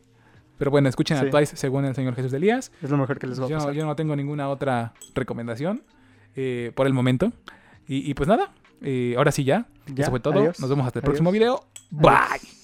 Pero bueno, escuchen Sí. a Twice según el señor Jesús Elías. Es lo mejor que les va a Yo, no- pasar. yo no tengo ninguna otra recomendación eh, por el momento. Y, y pues nada, eh, ahora sí ya. Ya, Eso fue todo. adiós. Nos vemos hasta el Adiós. próximo video. Adiós. Bye.